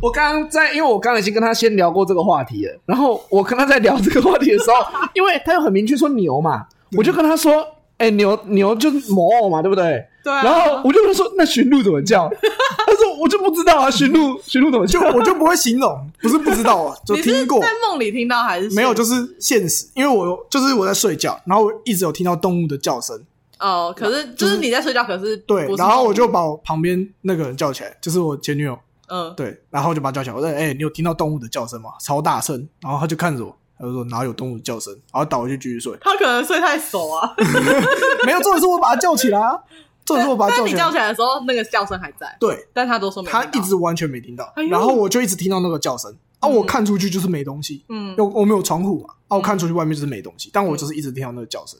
Speaker 2: 我刚刚在，因为我刚刚已经跟他先聊过这个话题了，然后我跟他在聊这个话题的时候，因为他又很明确说牛 嘛，我就跟他说，哎、牛牛就是魔偶嘛，对不对？
Speaker 1: 对啊
Speaker 2: 然后我就跟他说，那驯鹿怎么叫？ 他说我就不知道啊，驯鹿驯鹿怎么
Speaker 3: 就
Speaker 2: 叫？
Speaker 3: 我就不会形容，不是不知道啊，就
Speaker 1: 你是
Speaker 3: 听过
Speaker 1: 在。梦里听到还是
Speaker 3: 没有，就是是现实，因为我就是我在睡觉，然后我一直有听到动物的叫声，
Speaker 1: 哦？可是就是你在睡觉，可是
Speaker 3: 对
Speaker 1: 不，是
Speaker 3: 然后我就
Speaker 1: 梦里
Speaker 3: 把我旁边那个人叫起来，就是我前女友，
Speaker 1: 嗯。
Speaker 3: 对，然后我就把他叫起来，我说：“哎、你有听到动物的叫声吗？超大声。”然后他就看着我，他就说：“哪有动物的叫声？”然后倒回去继续睡
Speaker 1: 他可能睡太熟啊，
Speaker 3: 没有，重点是我把他叫起来、啊，重点是我把他
Speaker 1: 但
Speaker 3: 叫
Speaker 1: 你
Speaker 3: 起
Speaker 1: 叫
Speaker 3: 来。啊
Speaker 1: 起来的时候，那个叫声还在，
Speaker 3: 对
Speaker 1: 但他都说没听
Speaker 3: 他
Speaker 1: 到。
Speaker 3: 一直完全没听到
Speaker 1: 哎，呦
Speaker 3: 然后我就一直听到那个叫声。啊，
Speaker 1: 嗯
Speaker 3: 我看出去就是没东西，
Speaker 1: 嗯
Speaker 3: 又我没有窗户嘛，啊，我看出去外面就是没东西，但我就是一直听到那个叫声，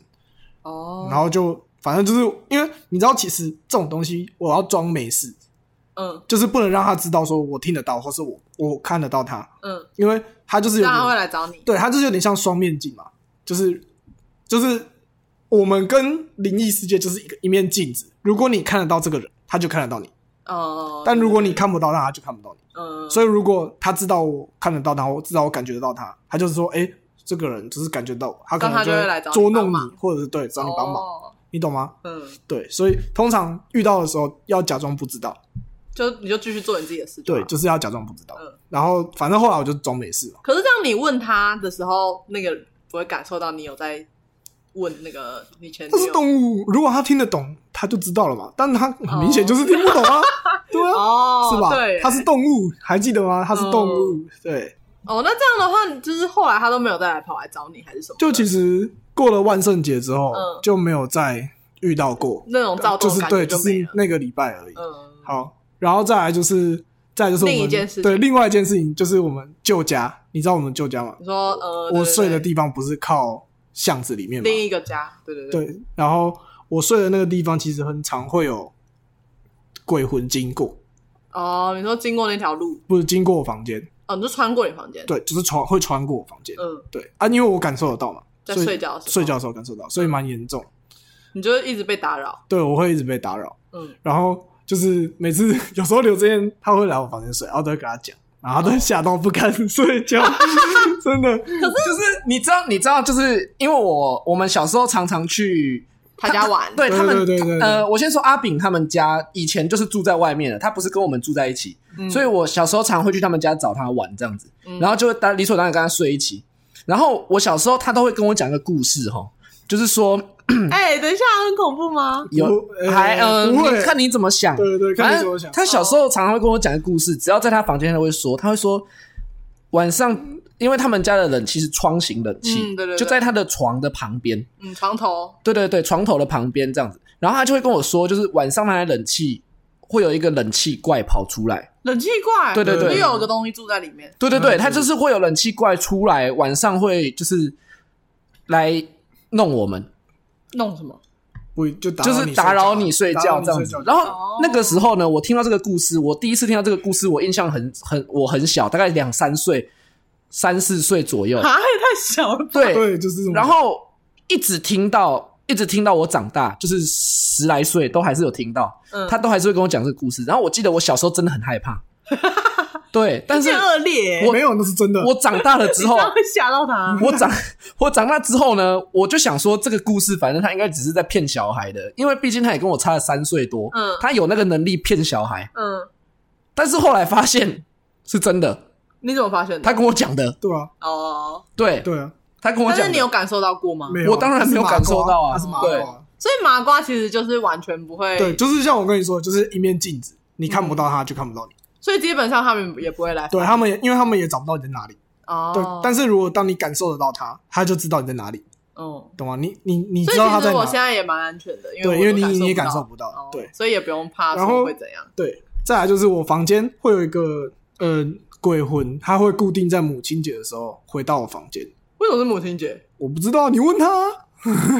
Speaker 1: 哦，
Speaker 3: 然后就反正就是因为你知道，其实这种东西我要装没事，
Speaker 1: 嗯
Speaker 3: 就是不能让他知道说我听得到，或是我我看得到他，
Speaker 1: 嗯
Speaker 3: 因为他就是有
Speaker 1: 让他会
Speaker 3: 点，
Speaker 1: 来找你。
Speaker 3: 对他就是有点像双面镜嘛，就是就是我们跟灵异世界就是一个一面镜子，如果你看得到这个人，他就看得到你；
Speaker 1: 哦，
Speaker 3: 但如果你看不到他，他就看不到你。
Speaker 1: 嗯，
Speaker 3: 所以如果他知道我看得到他，我知道我感觉得到他，他就是说，哎、这个人就是感觉到我，他可
Speaker 1: 那
Speaker 3: 能
Speaker 1: 他就会来找你
Speaker 3: 捉弄
Speaker 1: 帮忙
Speaker 3: 你，或者是对找你帮忙，
Speaker 1: 哦
Speaker 3: 你懂吗？
Speaker 1: 嗯，
Speaker 3: 对，所以通常遇到的时候要假装不知道，
Speaker 1: 就你就继续做你自己的事。
Speaker 3: 对，。就是要假装不知道。
Speaker 1: 啊嗯
Speaker 3: 然后反正后来我就装没事嘛，
Speaker 1: 可是这样，你问他的时候，那个不会感受到你有在问那个你前
Speaker 3: 但
Speaker 1: 女
Speaker 3: 是
Speaker 1: 友
Speaker 3: 动物如果他听得懂，他就知道了嘛，但他很明显就是听不懂啊， 对啊，
Speaker 1: 哦，
Speaker 3: 是吧？
Speaker 1: 对，
Speaker 3: 他是动物，还记得吗？他是动物，对，
Speaker 1: 哦，那这样的话，就是后来他都没有再来跑来找你，还是什么的？
Speaker 3: 就其实过了万圣节之后、
Speaker 1: 嗯
Speaker 3: 就没有再遇到过，
Speaker 1: 那种躁
Speaker 3: 就
Speaker 1: 动
Speaker 3: 是
Speaker 1: 感
Speaker 3: 对，
Speaker 1: 觉
Speaker 3: 就
Speaker 1: 没
Speaker 3: 是
Speaker 1: 了。
Speaker 3: 那个礼拜而已。
Speaker 1: 嗯，
Speaker 3: 好，然后再来就是，再来就是我们
Speaker 1: 另一件事情
Speaker 3: 对另外一件事情就是我们旧家，你知道我们旧家吗？
Speaker 1: 你说呃，对
Speaker 3: 我睡的
Speaker 1: 对
Speaker 3: 地方不是靠巷子里面吗？
Speaker 1: 另一个家，对对对，
Speaker 3: 对，然后我睡的那个地方其实很常会有鬼魂经过，
Speaker 1: 哦，你说经过那条路，
Speaker 3: 不是经过我房间，
Speaker 1: 哦，你就穿过你房间，
Speaker 3: 对，就是穿会穿过我房间，
Speaker 1: 嗯，
Speaker 3: 对啊，因为我感受得到嘛，
Speaker 1: 在
Speaker 3: 所以
Speaker 1: 睡觉的时候
Speaker 3: 睡觉的时候感受到，所以蛮严重，
Speaker 1: 你就一直被打扰，
Speaker 3: 对我会一直被打扰，
Speaker 1: 嗯，
Speaker 3: 然后就是每次有时候刘志燕他会来我房间睡，然后都会跟他讲，然后他都会吓到不敢 睡觉，真的，
Speaker 2: 就是你知道，你知道，就是因为我我们小时候常常去
Speaker 1: 他家玩，
Speaker 2: 对他们，
Speaker 3: 对对对对对
Speaker 2: 呃，我先说阿炳他们家以前就是住在外面的，他不是跟我们住在一起，
Speaker 1: 嗯
Speaker 2: 所以我小时候常会去他们家找他玩这样子，然后就会当理所当然跟他睡一起。然后我小时候他都会跟我讲一个故事哈，就是说
Speaker 1: 哎，等一下，很恐怖吗？
Speaker 2: 有
Speaker 3: 不呃
Speaker 2: 还嗯、
Speaker 3: 不会
Speaker 2: 你看你怎么想，
Speaker 3: 对对，看
Speaker 2: 反
Speaker 3: 你怎么
Speaker 2: 正
Speaker 3: 想，
Speaker 2: 他小时候常常会跟我讲一个故事，只要在他房间，他都会说，他会说晚上，因为他们家的冷气是窗型冷气，
Speaker 1: 嗯对对对
Speaker 2: 就在他的床的旁边，
Speaker 1: 嗯，床头，
Speaker 2: 对对对，床头的旁边这样子。然后他就会跟我说，就是晚上那台冷气会有一个冷气怪跑出来。
Speaker 1: 冷气怪，
Speaker 2: 对对对
Speaker 1: 就有个东西住在里面，
Speaker 2: 对对对，他就是会有冷气怪出来，晚上会就是来弄我们，
Speaker 1: 弄什么？
Speaker 3: 不就打
Speaker 2: 就是打扰你睡
Speaker 3: 打
Speaker 2: 觉
Speaker 3: 扰你
Speaker 2: 这样
Speaker 3: 睡
Speaker 2: 子
Speaker 3: 觉。
Speaker 2: 然
Speaker 1: 哦
Speaker 2: 后那个时候呢，我听到这个故事，我第一次听到这个故事，我印象很很我很小，大概两三岁、三四岁左右。
Speaker 1: 啊，也太小了吧，
Speaker 2: 对，
Speaker 3: 对，就是这种
Speaker 2: 然后一直听到，一直听到我长大，就是十来岁都还是有听到，
Speaker 1: 嗯
Speaker 2: 他都还是会跟我讲这个故事。然后我记得我小时候真的很 害怕，对，但是
Speaker 1: 这样恶劣，
Speaker 2: 我
Speaker 3: 没有那是真的，
Speaker 2: 我长大了之后
Speaker 1: 这。样会吓到他，
Speaker 2: 我长 我长大之后呢，我就想说这个故事，反正他应该只是在骗小孩的，因为毕竟他也跟我差了三岁多，
Speaker 1: 嗯
Speaker 2: 他有那个能力骗小孩。
Speaker 1: 嗯，
Speaker 2: 但是后来发现是真的，
Speaker 1: 你怎么发现的？
Speaker 2: 他跟我讲的，
Speaker 3: 对啊，
Speaker 1: 哦，
Speaker 2: 对，
Speaker 3: 对啊，
Speaker 2: 他跟我
Speaker 1: 但
Speaker 2: 讲
Speaker 1: 是
Speaker 2: 的
Speaker 1: 你有感受到过吗？
Speaker 3: 没
Speaker 2: 啊
Speaker 3: 有，啊
Speaker 2: 我当然没有感受到啊
Speaker 3: 他是麻瓜
Speaker 2: 对
Speaker 3: 他是麻瓜
Speaker 1: 所以麻瓜其实就是完全不会，
Speaker 3: 对，就是像我跟你说，就是一面镜子，你看不到他，就看不到你。
Speaker 1: 所以基本上他们也不会来。
Speaker 3: 对他们也，因为他们也找不到你在哪里。
Speaker 1: 哦，
Speaker 3: 对，但是如果当你感受得到他，他就知道你在哪里，
Speaker 1: 嗯，
Speaker 3: 懂吗？你你你
Speaker 1: 所
Speaker 3: 知道他
Speaker 1: 以其
Speaker 3: 在
Speaker 1: 实我
Speaker 3: 哪
Speaker 1: 现
Speaker 3: 里？
Speaker 1: 在也蛮安全的，因
Speaker 3: 对，因
Speaker 1: 因
Speaker 3: 为你你也
Speaker 1: 感
Speaker 3: 感受
Speaker 1: 到
Speaker 3: 不到
Speaker 1: 哦。
Speaker 3: 对
Speaker 1: 所以也不用怕
Speaker 3: 然后
Speaker 1: 说会怎样。
Speaker 3: 对。再来就是我房间会有一个呃鬼魂，他会固定在母亲节的时候回到我房间。
Speaker 1: 为什么是母亲 节？
Speaker 3: 我不知道，你问他啊、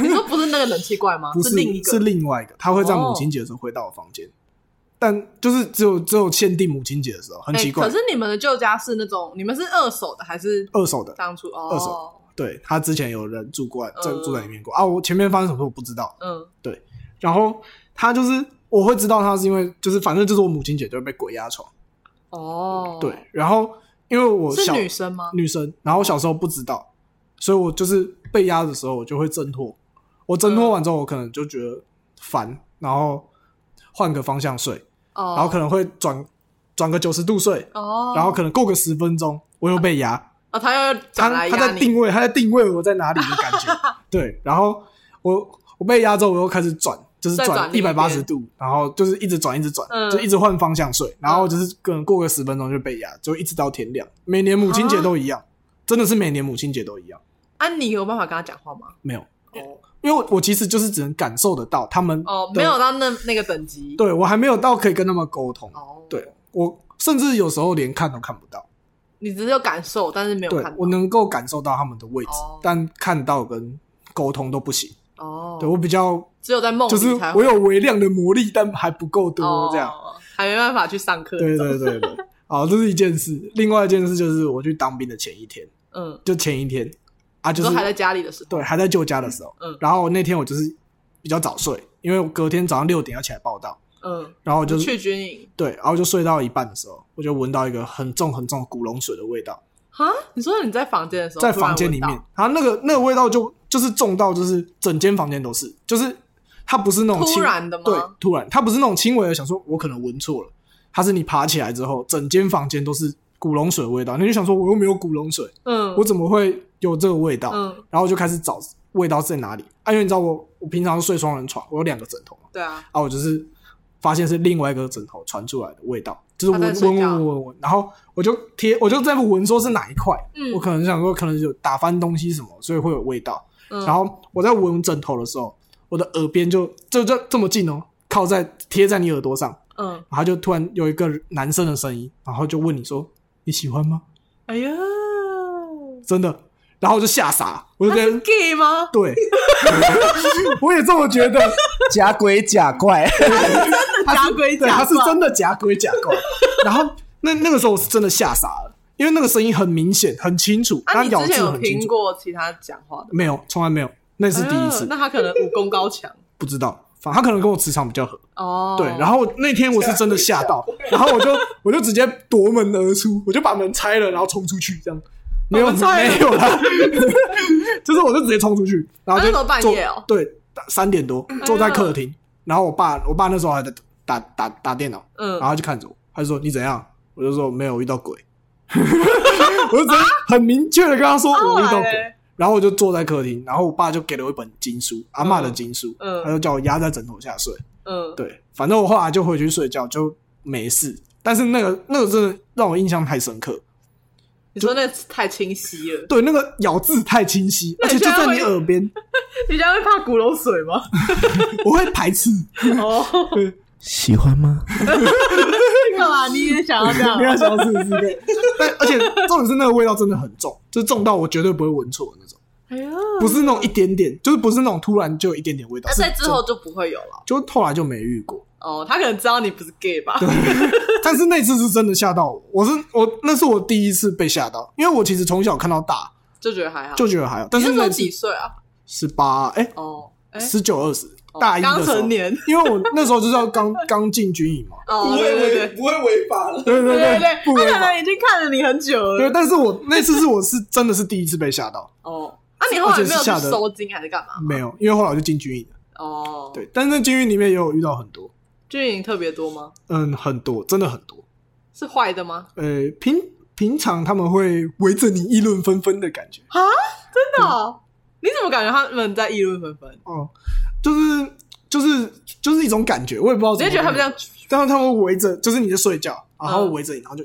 Speaker 1: 你说不是那个冷气怪吗？
Speaker 3: 不是
Speaker 1: 啊另一个，哦
Speaker 3: 是另外一个，他会在母亲节的时候回到我房间，但就是只有只有限定母亲节的时候，很
Speaker 1: 哎
Speaker 3: 奇怪。
Speaker 1: 可是你们的旧家是那种，你们是二手的还是
Speaker 3: 二手的，
Speaker 1: 当初？哦，
Speaker 3: 二手对他之前有人住过来，在
Speaker 1: 嗯
Speaker 3: 住在里面过啊。我前面发生什么事我不知道，
Speaker 1: 嗯，
Speaker 3: 然后他就是我会知道他是因为就是反正就是我母亲节就会被鬼压床，
Speaker 1: 哦，
Speaker 3: 对，，然后因为我
Speaker 1: 是
Speaker 3: 小
Speaker 1: 女生吗？
Speaker 3: 女生，然后我小时候不知道，所以我就是被压的时候我就会挣脱，我挣脱完之后我可能就觉得烦，然后换个方向睡，
Speaker 1: 哦，
Speaker 3: 然后可能会转转个九十度睡，
Speaker 1: 哦，
Speaker 3: 然后可能过个十分钟我又被压。
Speaker 1: 哦，他要转
Speaker 3: 他
Speaker 1: 来
Speaker 3: 他
Speaker 1: 压
Speaker 3: 在
Speaker 1: 你，
Speaker 3: 定位，他在定位我在哪里的感 觉。对，然后我我被压之后，我又开始转，就是
Speaker 1: 再转
Speaker 3: 转
Speaker 1: 另
Speaker 3: 一
Speaker 1: 一
Speaker 3: 百
Speaker 1: 边
Speaker 3: 八十度，然后就是一直转，一直转，
Speaker 1: 嗯
Speaker 3: 就一直换方向睡，然后就是可能过个十分钟就被压，就一直到天亮。每年母亲节都一样， 真的是每年母亲节都一样，
Speaker 1: 啊，你有办法跟他讲话吗？
Speaker 3: 没有，
Speaker 1: 哦，
Speaker 3: 因为我我其实就是只能感受得到他们
Speaker 1: 哦，
Speaker 3: 的
Speaker 1: 没有，到那那个等级。
Speaker 3: 对我还没有到可以跟他们沟通，
Speaker 1: 哦，
Speaker 3: 对，我甚至有时候连看都看不到。
Speaker 1: 你只是有感受，但是没有
Speaker 3: 对
Speaker 1: 看到。
Speaker 3: 我能够感受到他们的位置，
Speaker 1: 哦
Speaker 3: 但看到跟沟通都不行。
Speaker 1: 哦，
Speaker 3: 对我比较
Speaker 1: 只有在梦里
Speaker 3: 就是
Speaker 1: 才
Speaker 3: 我
Speaker 1: 会
Speaker 3: 有微量的魔力，但还不够多
Speaker 1: 哦
Speaker 3: 这样。
Speaker 1: 还没办法去上课。
Speaker 3: 对对对对。好，这是一件事。另外一件事就是我去当兵的前一天，
Speaker 1: 嗯，
Speaker 3: 就前一天啊，就
Speaker 1: 都
Speaker 3: 是
Speaker 1: 还在家里的时候，
Speaker 3: 对还在舅家的时候，
Speaker 1: 嗯嗯
Speaker 3: 然后那天我就是比较早睡，因为我隔天早上六点要起来报道，
Speaker 1: 嗯，
Speaker 3: 然后我就
Speaker 1: 去军营
Speaker 3: 对，然后就睡到一半的时候，我就闻到一个很重很重的古龙水的味道，
Speaker 1: 啊？你说你在房间的时候，
Speaker 3: 在房间里面，然后那个那个味道就就是重到就是整间房间都是，就是它不是那种
Speaker 1: 突
Speaker 3: 轻
Speaker 1: 然的吗
Speaker 3: 对，突然它不是那种轻微的，想说我可能闻错了，它是你爬起来之后，整间房间都是古龙水的味道，你就想说我又没有古龙水，
Speaker 1: 嗯，
Speaker 3: 我怎么会有这个味道？
Speaker 1: 嗯，
Speaker 3: 然后我就开始找味道在哪里，啊，因为你知道我我平常睡双人床，我有两个枕头嘛，
Speaker 1: 对啊，
Speaker 3: 啊，我就是发现是另外一个枕头传出来的味道，就是
Speaker 1: 他
Speaker 3: 闻
Speaker 1: 啊在睡
Speaker 3: 闻
Speaker 1: 觉
Speaker 3: 闻闻闻，然后我就贴，我就在闻说是哪一块，
Speaker 1: 嗯
Speaker 3: 我可能想说可能有打翻东西什么，所以会有味道。
Speaker 1: 嗯
Speaker 3: 然后我在闻枕头的时候，我的耳边就就这这么近哦，靠在贴在你耳朵上，
Speaker 1: 嗯，
Speaker 3: 然后就突然有一个男生的声音，然后就问你说你喜欢吗？
Speaker 1: 哎呀，
Speaker 3: 真的，然后我就吓傻，我就
Speaker 1: 他
Speaker 3: 觉
Speaker 1: 是
Speaker 3: 得
Speaker 1: gay 吗？
Speaker 3: 对，我也这么觉得。
Speaker 2: 假鬼假怪，
Speaker 1: 假鬼
Speaker 3: 对，
Speaker 1: 假
Speaker 3: 他是
Speaker 1: 怪
Speaker 3: 真的假鬼假怪。然后那那个时候我是真的吓傻了，因为那个声音很明显、很清楚，
Speaker 1: 啊，
Speaker 3: 他
Speaker 1: 你
Speaker 3: 咬
Speaker 1: 之前
Speaker 3: 字
Speaker 1: 有
Speaker 3: 很清
Speaker 1: 听
Speaker 3: 楚。
Speaker 1: 过其他讲话的？
Speaker 3: 没有，从来没有，那是第一
Speaker 1: 哎呦
Speaker 3: 次，
Speaker 1: 那他可能武功高强
Speaker 3: 不知道。反他可能跟我磁场比较合，
Speaker 1: 哦。
Speaker 3: 对。然后我那天我是真的吓到，然后我就我就直接夺门而出，我就把门拆了，然后冲出去，这样没有
Speaker 1: 把门拆哦了
Speaker 3: 没有啦， 就是我就直接冲出去，然后
Speaker 1: 那
Speaker 3: 就
Speaker 1: 时候半
Speaker 3: 坐
Speaker 1: 夜哦嗯
Speaker 3: 对，三点多坐在客厅，然后我爸我爸那时候还在打打打电脑，
Speaker 1: 嗯
Speaker 3: 然后他就看着我，他就说你怎样？我就说没有，我遇到鬼。 我就直接
Speaker 1: 啊
Speaker 3: 很明确的跟他说我遇到
Speaker 1: 后来
Speaker 3: 鬼
Speaker 1: 嘞，
Speaker 3: 然后我就坐在客厅，然后我爸就给了我一本经书，阿嬷的经书，
Speaker 1: 嗯
Speaker 3: 他就叫我压在枕头下睡。
Speaker 1: 嗯，
Speaker 3: 对，反正我后来就回去睡觉，就没事。但是那个那个真的让我印象太深刻，
Speaker 1: 你说那太清晰 了，
Speaker 3: 对，那个咬字太清晰，
Speaker 1: 那
Speaker 3: 而
Speaker 1: 你
Speaker 3: 且就
Speaker 1: 现在
Speaker 3: 在
Speaker 1: 会
Speaker 3: 你耳边，
Speaker 1: 你家会怕古龙水吗？
Speaker 3: 我会排斥。
Speaker 1: 哦，
Speaker 2: 喜欢吗？
Speaker 1: 干嘛？你也想要这 样
Speaker 3: 不？要想要试试对，但而且重点是那个味道真的很重，就是重到我绝对不会闻错的那种，
Speaker 1: 哎呀，
Speaker 3: 不是那种一点点，就是不是那种突然就有一点点味道。
Speaker 1: 那
Speaker 3: 是
Speaker 1: 在之后
Speaker 3: 真
Speaker 1: 就不会有了。
Speaker 3: 就后来就没遇过，
Speaker 1: 哦，他可能知道你不是 gay 吧？
Speaker 3: 但是那次是真的吓到我，我是我那是我第一次被吓到，因为我其实从小看到大
Speaker 1: 就觉得还好。
Speaker 3: 就觉得还好，但
Speaker 1: 你
Speaker 3: 是
Speaker 1: 那时候
Speaker 3: 那
Speaker 1: 几
Speaker 3: 次
Speaker 1: 岁啊？
Speaker 3: 十八哎
Speaker 1: 哦，哎，
Speaker 3: 十九二十
Speaker 1: 哦
Speaker 3: 大一的时候
Speaker 1: 刚成年。
Speaker 3: 因为我那时候就是要 刚刚进军营嘛，
Speaker 1: 哦，对对对。
Speaker 2: 不会违法了。
Speaker 3: 对对
Speaker 1: 对对对，
Speaker 3: 不
Speaker 1: 他
Speaker 3: 违
Speaker 1: 可
Speaker 3: 法。
Speaker 1: 能已经看了你很久
Speaker 3: 对，
Speaker 1: 了。
Speaker 3: 但是我那次是我是真的是第一次被 吓到，
Speaker 1: 哦，那你后来
Speaker 3: 而且是
Speaker 1: 没有去
Speaker 3: 吓得
Speaker 1: 收金还是干嘛？
Speaker 3: 没有，因为后来我就进军营了。
Speaker 1: 啊哦，，
Speaker 3: 对，但是那监狱里面也有遇到很多，
Speaker 1: 军营特别多吗？
Speaker 3: 嗯，很多，真的很多。
Speaker 1: 是坏的吗？
Speaker 3: 呃，平平常他们会围着你议论纷纷的感觉，
Speaker 1: 啊，真的、哦？你怎么感觉他们在议论纷纷？
Speaker 3: 哦，就是就是就是一种感觉，我也不知道
Speaker 1: 我直
Speaker 3: 怎么
Speaker 1: 接觉得他们这
Speaker 3: 样，
Speaker 1: 样，
Speaker 3: 但是他们围着，就是你在睡觉，然后
Speaker 1: 嗯
Speaker 3: 围着你，然后就，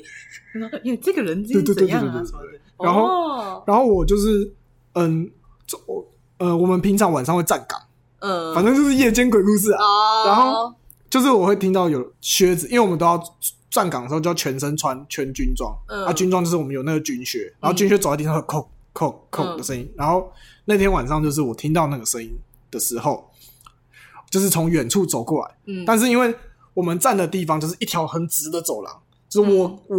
Speaker 1: 哎呀，这个人今天怎样啊
Speaker 3: 对对对对对对
Speaker 1: 什么的。
Speaker 3: 然后
Speaker 1: 哦
Speaker 3: 然后我就是，嗯，这我呃，我们平常晚上会站岗，
Speaker 1: 嗯，
Speaker 3: 反正就是夜间鬼故事啊，
Speaker 1: 哦，
Speaker 3: 然后就是我会听到有靴子，因为我们都要站岗的时候就要全身穿全军装，
Speaker 1: 嗯
Speaker 3: 啊，军装就是我们有那个军靴，然后军靴走在地上会扣扣扣
Speaker 1: 嗯
Speaker 3: 的声音。然后那天晚上就是我听到那个声音的时候，就是从远处走过来，
Speaker 1: 嗯，
Speaker 3: 但是因为我们站的地方就是一条很直的走廊，就是我、我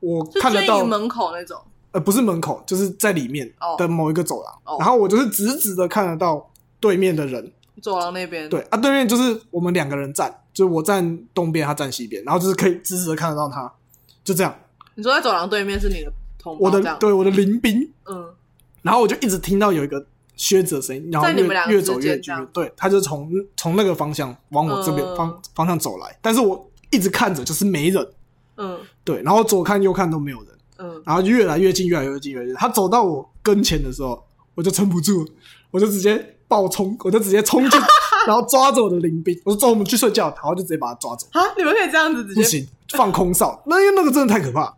Speaker 3: 我
Speaker 1: 嗯就
Speaker 3: 看得
Speaker 1: 军
Speaker 3: 到
Speaker 1: 营门口那种，
Speaker 3: 呃，不是门口，就是在里面
Speaker 1: 哦
Speaker 3: 的某一个走廊，
Speaker 1: 哦
Speaker 3: 然后我就是直直的看得到对面的人，
Speaker 1: 走廊那边。
Speaker 3: 对，啊，对面就是我们两个人站，就是我站东边，他站西边，然后就是可以直直的看得到他，就这样。
Speaker 1: 你说在走廊对面是你的同
Speaker 3: 我
Speaker 1: 哦胞，这
Speaker 3: 的
Speaker 1: 样，
Speaker 3: 对我的临兵，
Speaker 1: 嗯，
Speaker 3: 然后我就一直听到有一个靴子的声音，然后
Speaker 1: 在你们两个
Speaker 3: 越越
Speaker 1: 之
Speaker 3: 走
Speaker 1: 间
Speaker 3: 越近
Speaker 1: 这样，
Speaker 3: 对，他就从从那个方向往我这边
Speaker 1: 嗯
Speaker 3: 方、方向走来，但是我一直看着就是没人，
Speaker 1: 嗯
Speaker 3: 对，然后左看右看都没有人，
Speaker 1: 嗯，
Speaker 3: 然后越来越近，越来越近，越来越近。他走到我跟前的时候，我就撑不住了，我就直接暴冲，我就直接冲 进，然后抓着我的林兵，我说走，我们去睡觉，然后就直接把他抓走。
Speaker 1: 啊，你们可以这样子直
Speaker 3: 不
Speaker 1: 接，
Speaker 3: 行，放空哨，那因为那个真的太可怕，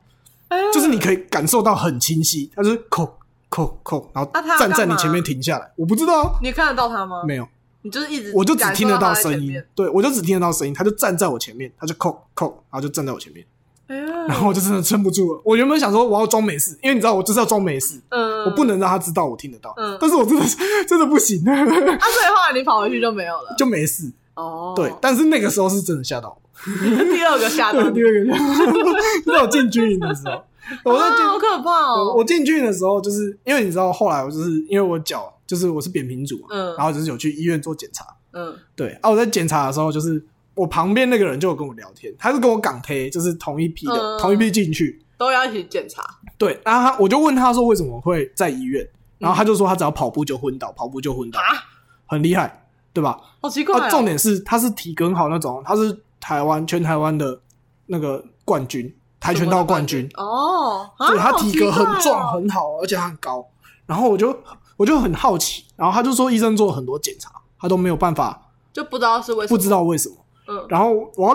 Speaker 1: 哎呀
Speaker 3: 就是你可以感受到很清晰，他就是扣扣扣，然后
Speaker 1: 那他要
Speaker 3: 站在
Speaker 1: 干嘛
Speaker 3: 你前面停下来，我不知道啊，
Speaker 1: 你看得到他吗？
Speaker 3: 没，有，
Speaker 1: 你就是一直
Speaker 3: 我就只
Speaker 1: 感受
Speaker 3: 听得
Speaker 1: 到他在
Speaker 3: 声
Speaker 1: 前
Speaker 3: 音
Speaker 1: 面，
Speaker 3: 对我就只听得到声音，他就站在我前面，他就扣扣，然后就站在我前面，
Speaker 1: 哎呀，
Speaker 3: 然后我就真的撑不住了，我原本想说我要装没事，因为你知道我就是要装没事，
Speaker 1: 嗯，
Speaker 3: 我不能让他知道我听得到
Speaker 1: 嗯，
Speaker 3: 但是我真的是真的不行，
Speaker 1: 啊，所以后来你跑回去就没有了。
Speaker 3: 就没事，
Speaker 1: 哦，啊
Speaker 3: 对，但是那个时候是真的吓到我，
Speaker 1: 第二个下单
Speaker 3: 对，第二个人，那我进军营的时候，我在进、
Speaker 1: 啊，好可怕
Speaker 3: 我
Speaker 1: 哦
Speaker 3: 我！进军营的时候，就是因为你知道，后来我就是因为我脚就是我是扁平足嘛，
Speaker 1: 嗯
Speaker 3: 然后就是有去医院做检查，
Speaker 1: 嗯
Speaker 3: 对啊，我在检查的时候，就是我旁边那个人就有跟我聊天，他是跟我港推，就是同一批的，
Speaker 1: 嗯
Speaker 3: 同一批进去，
Speaker 1: 都要一起检查，
Speaker 3: 对，然后他我就问他说为什么会在医院，然后他就说他只要跑步就昏倒，跑步就昏倒，
Speaker 1: 啊
Speaker 3: 很厉害，对吧？
Speaker 1: 好奇怪、
Speaker 3: 啊，
Speaker 1: 哦。
Speaker 3: 重点是他是体格很好那种，他是台湾全台湾的那个冠军，跆拳道冠军，
Speaker 1: 哦，啊
Speaker 3: 对他体格很壮、
Speaker 1: 好奇怪哦
Speaker 3: 很好，而且他很高。然后我就我就很好奇，然后他就说医生做了很多检查，他都没有办法，
Speaker 1: 就不知道是为什
Speaker 3: 不
Speaker 1: 么，
Speaker 3: 知道为什么。
Speaker 1: 嗯
Speaker 3: 然后我要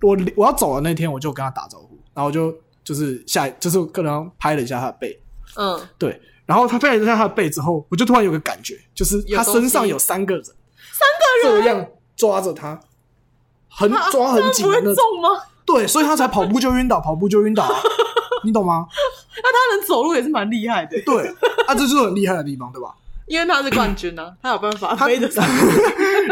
Speaker 3: 我我要走的那天，我就跟他打招呼，然后我就就是下就是可能拍了一下他的背，
Speaker 1: 嗯，
Speaker 3: 对，然后他拍了一下他的背之后，我就突然有个感觉，就是
Speaker 1: 有
Speaker 3: 他
Speaker 1: 东西
Speaker 3: 身上有三个人，三个人这样抓着他，很
Speaker 1: 啊
Speaker 3: 抓很紧
Speaker 1: 不
Speaker 3: 的
Speaker 1: 会
Speaker 3: 那种，
Speaker 1: 中吗？啊
Speaker 3: 对，所以他才跑步就晕倒，跑步就晕倒、 啊，你懂吗？
Speaker 1: 那他能走路也是蛮厉害的，
Speaker 3: 对，啊，这就是很厉害的地方，对吧？
Speaker 1: 因为他是冠军啊，他有办法飞得上。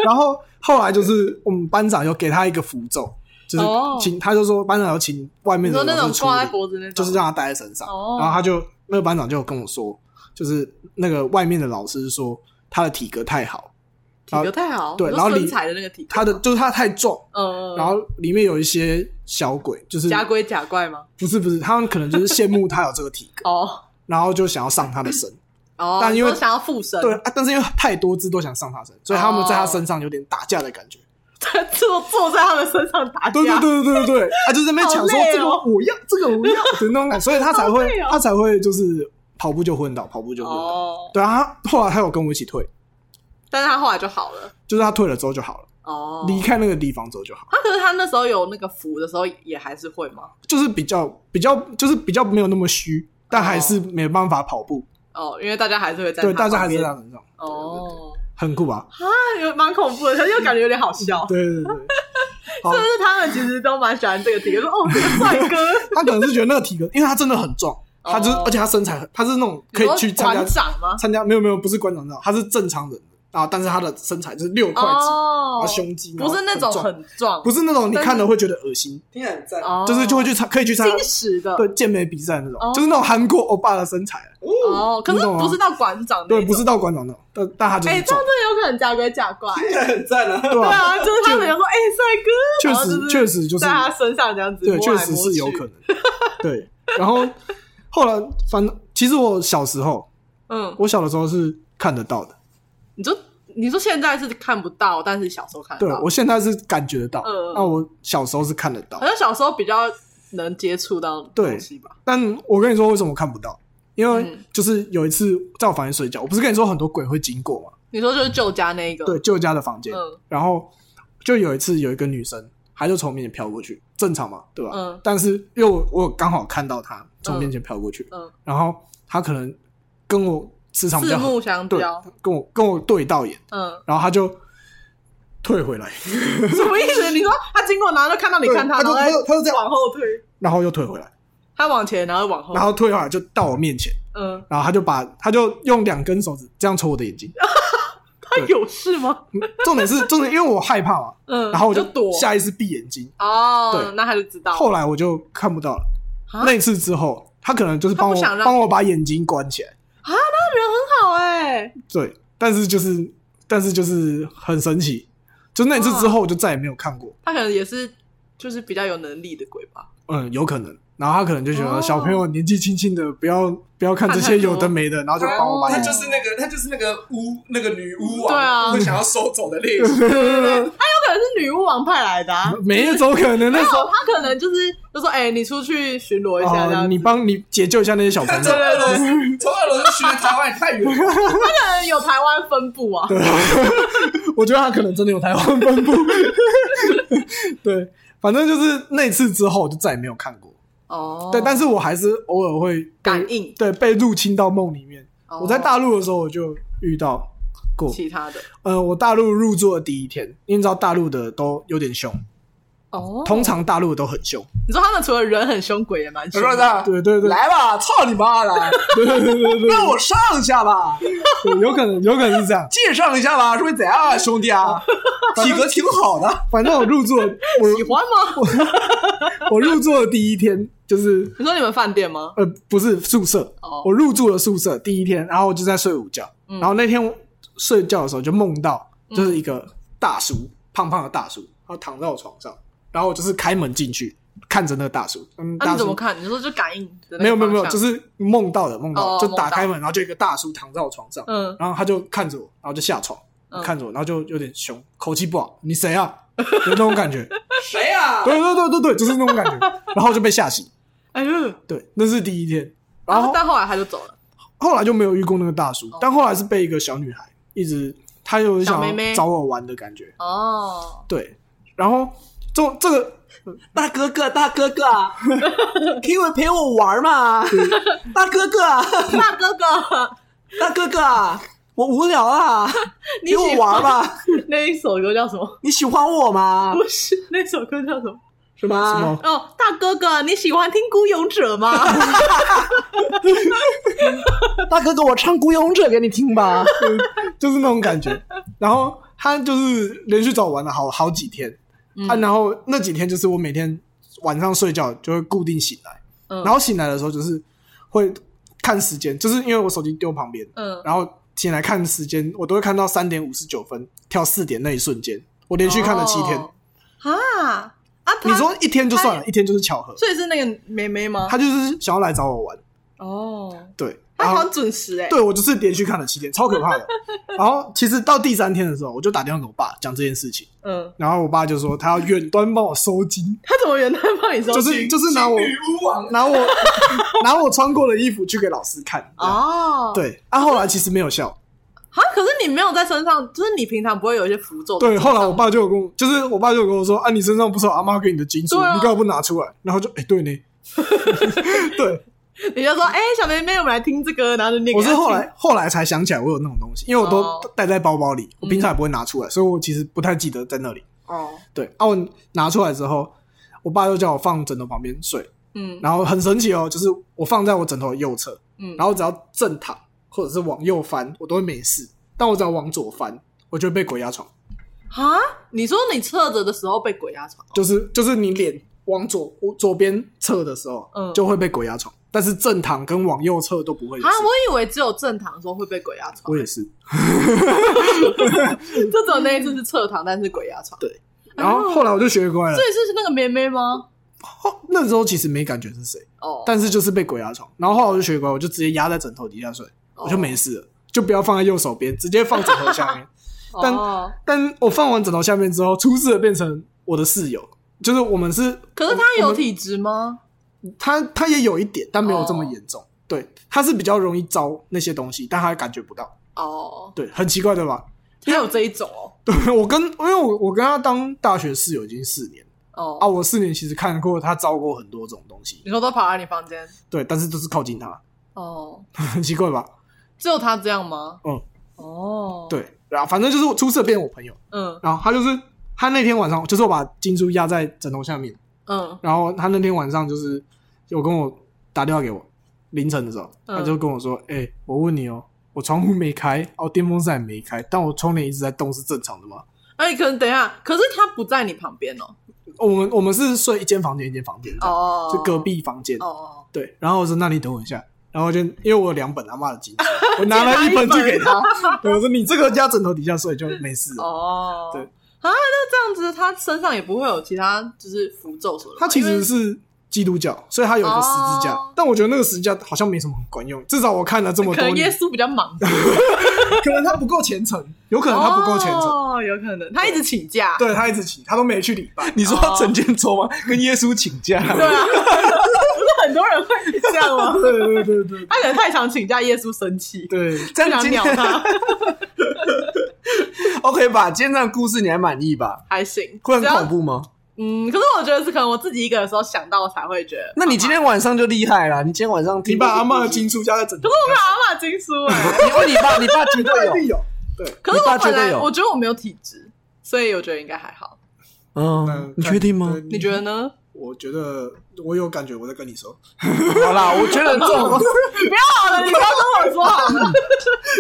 Speaker 3: 然后后来就是我们班长有给他一个符咒，就是
Speaker 1: 哦
Speaker 3: 请、他就说班长有请外面
Speaker 1: 你
Speaker 3: 的
Speaker 1: 说那
Speaker 3: 老
Speaker 1: 种
Speaker 3: 师处
Speaker 1: 挂在
Speaker 3: 理，
Speaker 1: 脖子那种，
Speaker 3: 就是让他带在身上。
Speaker 1: 哦
Speaker 3: 然后他就那个班长就跟我说，就是那个外面的老师说他的体格太好，
Speaker 1: 体格太好，
Speaker 3: 啊对
Speaker 1: 你
Speaker 3: 然后
Speaker 1: 说
Speaker 3: 里
Speaker 1: 身材的那个体格，
Speaker 3: 他的就是他太壮，
Speaker 1: 嗯，
Speaker 3: 然后里面有一些小鬼，就是
Speaker 1: 假鬼假怪吗？
Speaker 3: 不是不是，他们可能就是羡慕他有这个体 格，
Speaker 1: 哦
Speaker 3: 然后就想要上他的身。
Speaker 1: 哦，
Speaker 3: 但因为
Speaker 1: 你说想要附身，
Speaker 3: 对啊，但是因为太多只都想上他身，所以他们在他身上有点打架的感 觉。
Speaker 1: 哦坐坐在他们身上打架，
Speaker 3: 对对对对对对，他就在那边抢说
Speaker 1: 好累哦
Speaker 3: 这个我要，这个我要的那种感觉，所以他才
Speaker 1: 好
Speaker 3: 会
Speaker 1: 累哦
Speaker 3: 他才会就是跑步就昏倒，跑步就昏倒。
Speaker 1: 哦，
Speaker 3: 对啊，他后来他有跟我一起退，
Speaker 1: 但是他后来就好了，
Speaker 3: 就是他退了之后就好了，
Speaker 1: 哦，
Speaker 3: 离开那个地方之后就好了，
Speaker 1: 他可是他那时候有那个符的时候，也还是会吗？
Speaker 3: 就是比较比较就是比较没有那么虚，但还是没办法跑步。
Speaker 1: 哦，因为大家还是哦会在
Speaker 3: 对，
Speaker 1: 他
Speaker 3: 大家还
Speaker 1: 旁
Speaker 3: 是
Speaker 1: 边
Speaker 3: 在他身上，
Speaker 1: 哦。
Speaker 3: 很酷吧？
Speaker 1: 啊，有蛮恐怖的，可是又感觉有点好笑。
Speaker 3: 对对对，好
Speaker 1: 是不是他们其实都蛮喜欢这个体格？说哦，这个帅哥，
Speaker 3: 他可能是觉得那个体格，因为他真的很壮，他就是
Speaker 1: 哦
Speaker 3: 而且他身材很，他是那种 可以去参
Speaker 1: 馆
Speaker 3: 加
Speaker 1: 长吗？
Speaker 3: 参加没有没有不是馆长照，他是正常人啊，但是他的身材就是六块啊肌。然
Speaker 1: 哦
Speaker 3: 后，胸肌，
Speaker 1: 不是那种
Speaker 3: 然后壮
Speaker 1: 很壮，
Speaker 3: 不
Speaker 1: 是
Speaker 3: 是那种你看了会觉得恶心，
Speaker 2: 听起来很赞
Speaker 1: 哦，
Speaker 3: 就是就会去参，可以去参加
Speaker 1: 金石的，
Speaker 3: 对健美比赛那种
Speaker 1: 哦，
Speaker 3: 就是那种韩国欧巴的身材，
Speaker 1: 哦，可
Speaker 3: 你
Speaker 1: 是
Speaker 3: 懂吗
Speaker 1: 不是到馆长那种
Speaker 3: 对，不是到馆长那种，但但他就
Speaker 1: 哎，
Speaker 3: 是
Speaker 1: 这样
Speaker 3: 壮
Speaker 1: 真，的有可能假鬼假怪。
Speaker 2: 起来很赞啊！
Speaker 3: 对
Speaker 1: 对
Speaker 3: 吧？
Speaker 1: 啊，就是他们有说，哎，帅哥，
Speaker 3: 确
Speaker 1: 然后
Speaker 3: 实
Speaker 1: 就是
Speaker 3: 确实就是
Speaker 1: 在他身上这样子摸
Speaker 3: 对，
Speaker 1: 来
Speaker 3: 确
Speaker 1: 摸去，
Speaker 3: 实是有可能，对。然后后来反，其实我小时候，
Speaker 1: 嗯，
Speaker 3: 我小的时候是看得到的，
Speaker 1: 你说你说现在是看不到，但是小时候看得
Speaker 3: 对
Speaker 1: 到。
Speaker 3: 我现在是感觉得到
Speaker 1: 嗯，
Speaker 3: 那我小时候是看得到
Speaker 1: 好，像小时候比较能接触到
Speaker 3: 对
Speaker 1: 东西吧？
Speaker 3: 但我跟你说为什么看不到，因为
Speaker 1: 嗯
Speaker 3: 就是有一次在我房间睡觉，我不是跟你说很多鬼会经过嘛，
Speaker 1: 你说就是旧家那一个，
Speaker 3: 对，舅家的房间，
Speaker 1: 嗯
Speaker 3: 然后就有一次有一个女生，她就从我面前飘过去，正常嘛，对吧？
Speaker 1: 嗯
Speaker 3: 但是因为我我刚好看到她从我面前飘过去，
Speaker 1: 嗯，
Speaker 3: 然后她可能跟我磁场比
Speaker 1: 四
Speaker 3: 较
Speaker 1: 目
Speaker 3: 好，
Speaker 1: 相
Speaker 3: 对
Speaker 1: 交，，
Speaker 3: 跟我跟我对到眼，
Speaker 1: 嗯，
Speaker 3: 然后她就退回来，
Speaker 1: 什么意思？你说他经过，然后就看到你
Speaker 3: 对
Speaker 1: 看他，
Speaker 3: 她
Speaker 1: 然
Speaker 3: 就
Speaker 1: 后
Speaker 3: 她就她就这
Speaker 1: 再
Speaker 3: 样，
Speaker 1: 往后退，
Speaker 3: 然后又退回来，
Speaker 1: 他往前，然后往后，
Speaker 3: 然后退回来就到我面前，
Speaker 1: 嗯，
Speaker 3: 然后她就把她就用两根手指这样戳我的眼睛，嗯
Speaker 1: 他有事吗？
Speaker 3: 重点是重 点，因为我害怕嘛，
Speaker 1: 嗯，
Speaker 3: 然后我
Speaker 1: 就
Speaker 3: 就
Speaker 1: 躲
Speaker 3: 下意识闭眼睛，
Speaker 1: 哦
Speaker 3: 对，
Speaker 1: 那他就知道了。
Speaker 3: 后来我就看不到了。
Speaker 1: 啊
Speaker 3: 那一次之后，他可能就是帮
Speaker 1: 他
Speaker 3: 我
Speaker 1: 不想让
Speaker 3: 帮我把眼睛关起来。
Speaker 1: 很好哎，
Speaker 3: 对，但是就是但是就是很神奇，就那一次之
Speaker 1: 哦
Speaker 3: 后，我就再也没有看过。
Speaker 1: 他可能也是就是比较有能力的鬼 吧？
Speaker 3: 嗯，有可能。然后他可能就觉
Speaker 1: 哦
Speaker 3: 得小朋友年纪轻轻的，不要不要看这些有的没的，然后就帮我把
Speaker 2: 他
Speaker 3: 眼
Speaker 2: 就
Speaker 3: 睛。
Speaker 2: 是那个，他就是那个巫，那个女巫王，
Speaker 1: 对啊
Speaker 2: 会想要收走的类型。
Speaker 1: 他可能是女巫王派来的啊，
Speaker 3: 没有，怎么可能？那时候
Speaker 1: 他可能就是就说，哎，你出去巡逻一下这
Speaker 3: 哦，
Speaker 1: 样
Speaker 3: 你
Speaker 1: 子。
Speaker 3: 帮你解救一下那些小朋
Speaker 2: 他
Speaker 3: 友。
Speaker 2: 真的是从二楼就学台湾太远了，
Speaker 1: 他可能有台湾分部啊，
Speaker 3: 我觉得他可 能真的有台湾分部。 对，反正就是那次之后，我就再也没有看过。
Speaker 1: 哦，
Speaker 3: 对，但是我还是偶尔会被
Speaker 1: 感应
Speaker 3: 对，被入侵到梦里面。
Speaker 1: 哦
Speaker 3: 我在大陆的时候，我就遇到过。
Speaker 1: 其他的
Speaker 3: 呃，我大陆入住的第一天，因为你知道大陆的都有点凶，
Speaker 1: 哦，
Speaker 3: 通常大陆的都很凶。
Speaker 1: 你说他们除了人很凶，鬼也蛮
Speaker 2: 是
Speaker 1: 凶
Speaker 2: 不
Speaker 1: 的。
Speaker 2: 是啊？
Speaker 3: 对对对，
Speaker 2: 来吧，操你妈 的！
Speaker 3: 对对对对对
Speaker 2: 让我上一下吧，。
Speaker 3: 对，有可能有可能是这样
Speaker 2: 介绍一下吧，是会怎样啊，兄弟啊？体格挺好 的，
Speaker 3: 反正我入住，
Speaker 1: 喜
Speaker 3: 我
Speaker 1: 欢 吗？
Speaker 3: 我入住的第一天就是
Speaker 1: 你说你们饭店吗？
Speaker 3: 呃，不是宿舍
Speaker 1: 哦，
Speaker 3: 我入住了宿舍第一天，然后我就在睡午觉，
Speaker 1: 嗯
Speaker 3: 然后那天我睡觉的时候就梦到，就是一个大叔，胖胖的大叔，然后躺在我床上，然后我就是开门进去，看着那个大叔，嗯，
Speaker 1: 那
Speaker 3: 大
Speaker 1: 啊你怎
Speaker 3: 叔
Speaker 1: 么看？你说就感应的那个方向？
Speaker 3: 没有没有没有，就是梦到的梦
Speaker 1: 哦
Speaker 3: 到的，
Speaker 1: 梦
Speaker 3: 就
Speaker 1: 到
Speaker 3: 打开门，然后就一个大叔躺在我床上，
Speaker 1: 嗯
Speaker 3: 然后他就看着我，然后就下床
Speaker 1: 嗯
Speaker 3: 看着我，然后就有点凶，口气不好，你谁啊？ 有那种感觉，
Speaker 2: 谁啊？
Speaker 3: 对对对对对，就是那种感觉，然后就被吓醒，
Speaker 1: 哎呦，
Speaker 3: 对，那是第一天，然
Speaker 1: 然后
Speaker 3: 后
Speaker 1: 但后来他就走了。
Speaker 3: 后来就没有遇过那个大叔，但后来是被一个小女孩一直，她有
Speaker 1: 哦小
Speaker 3: 想
Speaker 1: 妹妹
Speaker 3: 要找我玩的感觉，
Speaker 1: 哦，
Speaker 3: 对，然后这这个
Speaker 4: 大哥哥，大哥哥，啊 可以陪我玩嘛？大哥啊哥，
Speaker 1: 大哥 哥，
Speaker 4: 大哥哥，我无聊啊，
Speaker 1: 你
Speaker 4: 陪我
Speaker 1: 喜
Speaker 4: 玩？
Speaker 1: 欢
Speaker 4: 吧？
Speaker 1: 那一首歌叫什么？
Speaker 4: 你喜欢我吗
Speaker 1: 不？是，那首歌叫什么？
Speaker 4: 什
Speaker 3: 什
Speaker 4: 么？
Speaker 3: 么
Speaker 1: 哦，大哥哥，你喜欢听《孤勇者》 吗？
Speaker 4: 大哥哥，我唱《孤勇者》给你听 吧。
Speaker 3: 就是那种感觉。然后他就是连续找我玩了好好几天、
Speaker 1: 嗯
Speaker 3: 啊，然后那几天就是我每天晚上睡觉就会固定醒来，
Speaker 1: 嗯
Speaker 3: 然后醒来的时候就是会看时间，就是因为我手机丢旁边，
Speaker 1: 嗯
Speaker 3: 然后醒来看时间，我都会看到三点五十九分跳四点那一瞬间，我连续看了七天。
Speaker 1: 哦啊啊！他
Speaker 3: 你说一天就算了，
Speaker 1: 他嗯
Speaker 3: 一天就是巧合，
Speaker 1: 所以是那个妹妹吗？
Speaker 3: 他就是想要来找我玩，
Speaker 1: 哦，
Speaker 3: 对，
Speaker 1: 他
Speaker 3: 然
Speaker 1: 好
Speaker 3: 后
Speaker 1: 像准时哎、
Speaker 3: 对我就是连续看了七天，超可怕的。然后其实到第三天的时候，我就打电话给我爸讲这件事情，
Speaker 1: 嗯，
Speaker 3: 然后我爸就说他要远端帮我收金，
Speaker 1: 他怎么原来帮你收
Speaker 3: 就是
Speaker 1: 据
Speaker 3: 就是拿我
Speaker 2: 巫王
Speaker 3: 拿我 拿我穿过的衣服去给老师看。
Speaker 1: 哦，
Speaker 3: 对，啊，后来其实没有效。
Speaker 1: 啊，可是你没有在身上，就是你平常不会有一些符咒的迹
Speaker 3: 对，后
Speaker 1: 象
Speaker 3: 来我爸就有跟我，就是我爸就有跟我说啊，你身上不是有阿妈给你的金属，
Speaker 1: 对啊
Speaker 3: 你干嘛不拿出来？然后就哎、对呢， 对，
Speaker 1: 你就说哎、小妹妹，我们来听这个，然后就念给
Speaker 3: 我
Speaker 1: 她
Speaker 3: 是
Speaker 1: 听。
Speaker 3: 后来后来才想起来我有那种东西，因为我都
Speaker 1: 哦
Speaker 3: 带在包包里，我平常也不会拿出来，所以我其实不太记得在那里。
Speaker 1: 哦，
Speaker 3: 对，啊，我拿出来之后，我爸就叫我放枕头旁边睡，
Speaker 1: 嗯
Speaker 3: 然后很神奇哦，就是我放在我枕头的右侧，
Speaker 1: 嗯，
Speaker 3: 然后只要正躺或者是往右翻，我都会没事；但我只要往左翻，我就会被鬼压床，
Speaker 1: 啊，你说你侧着的时候被鬼压床，
Speaker 3: 就是就是你脸往左左边侧的时候，
Speaker 1: 嗯
Speaker 3: 就会被鬼压床，但是正躺跟往右侧都不会有
Speaker 1: 啊，
Speaker 3: 事。
Speaker 1: 我以为只有正躺的时候会被鬼压床
Speaker 3: 我，也是，
Speaker 1: 这只有那一次是侧躺，但是鬼压床。
Speaker 3: 对然后后来我就学乖 了
Speaker 1: 哦所。以是那个妹妹吗？
Speaker 3: 后那时候其实没感觉是谁，
Speaker 1: 哦，
Speaker 3: 但是就是被鬼压床。然后后来我就学乖，我就直接压在枕头底下睡，
Speaker 1: 哦
Speaker 3: 我就没事了，就不要放在右手边，直接放枕头 下面。但
Speaker 1: 哦、
Speaker 3: 但我放完枕头下面之后，出事的变成我的室友，就是我们是，
Speaker 1: 可是她
Speaker 3: 我
Speaker 1: 有
Speaker 3: 们
Speaker 1: 体质吗？
Speaker 3: 他他也有一点，但没有这
Speaker 1: 哦
Speaker 3: 么严重。对，他是比较容易招那些东西，但他感觉不到。
Speaker 1: 哦，
Speaker 3: 对，很奇怪，对吧？
Speaker 1: 她有这一种哦。
Speaker 3: 对我跟因为我我跟他当大学室友已经四年
Speaker 1: 哦，
Speaker 3: 啊，我四年其实看过他招过很多这种东西，
Speaker 1: 你说都跑来你房间？
Speaker 3: 对，但是都是靠近他，
Speaker 1: 哦，
Speaker 3: 很奇怪吧？
Speaker 1: 只有她这样吗？
Speaker 3: 嗯，
Speaker 1: 哦，，
Speaker 3: 对，然后反正就是我出事的变我朋友，
Speaker 1: 嗯
Speaker 3: 然后他就是他那天晚上就是我把金珠压在枕头下面，
Speaker 1: 嗯
Speaker 3: 然后他那天晚上就是有跟我打电话给我，凌晨的时候，
Speaker 1: 嗯
Speaker 3: 他就跟我说：“哎、我问你哦，我窗户没开，哦，电风扇也没开，但我窗帘一直在动，是正常的吗
Speaker 1: 哎、可能等一下，可是她不在你旁边哦。？”
Speaker 3: 我们我们是睡一间房间一间房间的，
Speaker 1: 哦，
Speaker 3: 就隔。壁房间。
Speaker 1: 哦哦，
Speaker 3: 对，然后我说：“那你等我一下。”然后我就因为我有两本阿妈的经书，我拿了一本去给他。对，我说：“你这个压枕头底下睡就没事。”了。
Speaker 1: 哦，
Speaker 3: 对
Speaker 1: 啊，那这样子，他身上也不会有其他就是符咒什么的吗。
Speaker 3: 他其
Speaker 1: 因
Speaker 3: 实
Speaker 1: 为
Speaker 3: 是基督教，所以他有一个十字架，
Speaker 1: 哦
Speaker 3: 但我觉得那个十字架好像没什么很管用，至少我看了这么
Speaker 1: 可
Speaker 3: 多
Speaker 1: 能耶
Speaker 3: 年，
Speaker 1: 稣比较 忙，可
Speaker 3: 可能他不够虔诚，有可能他不够虔诚。
Speaker 1: 哦，有可能他一直请假。
Speaker 3: 对他一直请，他都没去礼拜。
Speaker 2: 你说他陈建州吗？跟耶稣请假？
Speaker 1: 对啊，不是很多人会这样吗？
Speaker 3: 对对对对
Speaker 1: 他可能太常请假，耶稣生气，
Speaker 3: 对，
Speaker 1: 不
Speaker 2: 这样
Speaker 1: 想
Speaker 2: 今
Speaker 1: 鸟
Speaker 2: 天
Speaker 1: 他，
Speaker 2: OK 吧？今天这样的故事你还满意吧？
Speaker 1: 还行。
Speaker 2: 会很
Speaker 1: 只要
Speaker 2: 恐怖
Speaker 3: 啊
Speaker 2: 吗？
Speaker 1: 嗯，可是我觉得是可能我自己一个人的时候想到才会觉得。
Speaker 2: 那你今天晚上就厉害了，你今天晚上
Speaker 3: 你
Speaker 2: 听
Speaker 3: 把阿
Speaker 2: 妈
Speaker 3: 妈的经书加在枕头
Speaker 1: 我没有阿妈经书哎、
Speaker 2: 你问你爸，你爸绝
Speaker 3: 上，
Speaker 2: 对有
Speaker 3: 一。定有。
Speaker 1: 可是
Speaker 2: 你爸
Speaker 1: 我
Speaker 2: 绝
Speaker 1: 本
Speaker 2: 对
Speaker 1: 来
Speaker 2: 有
Speaker 1: 我觉得我没有体质，所以我觉得应该还好。
Speaker 2: 嗯，你确定吗？
Speaker 3: 对
Speaker 1: 你觉得呢？
Speaker 3: 我觉得我有感觉，我在跟你说，
Speaker 2: 好啦，我觉得这种
Speaker 1: 好了，你不要跟我说好了，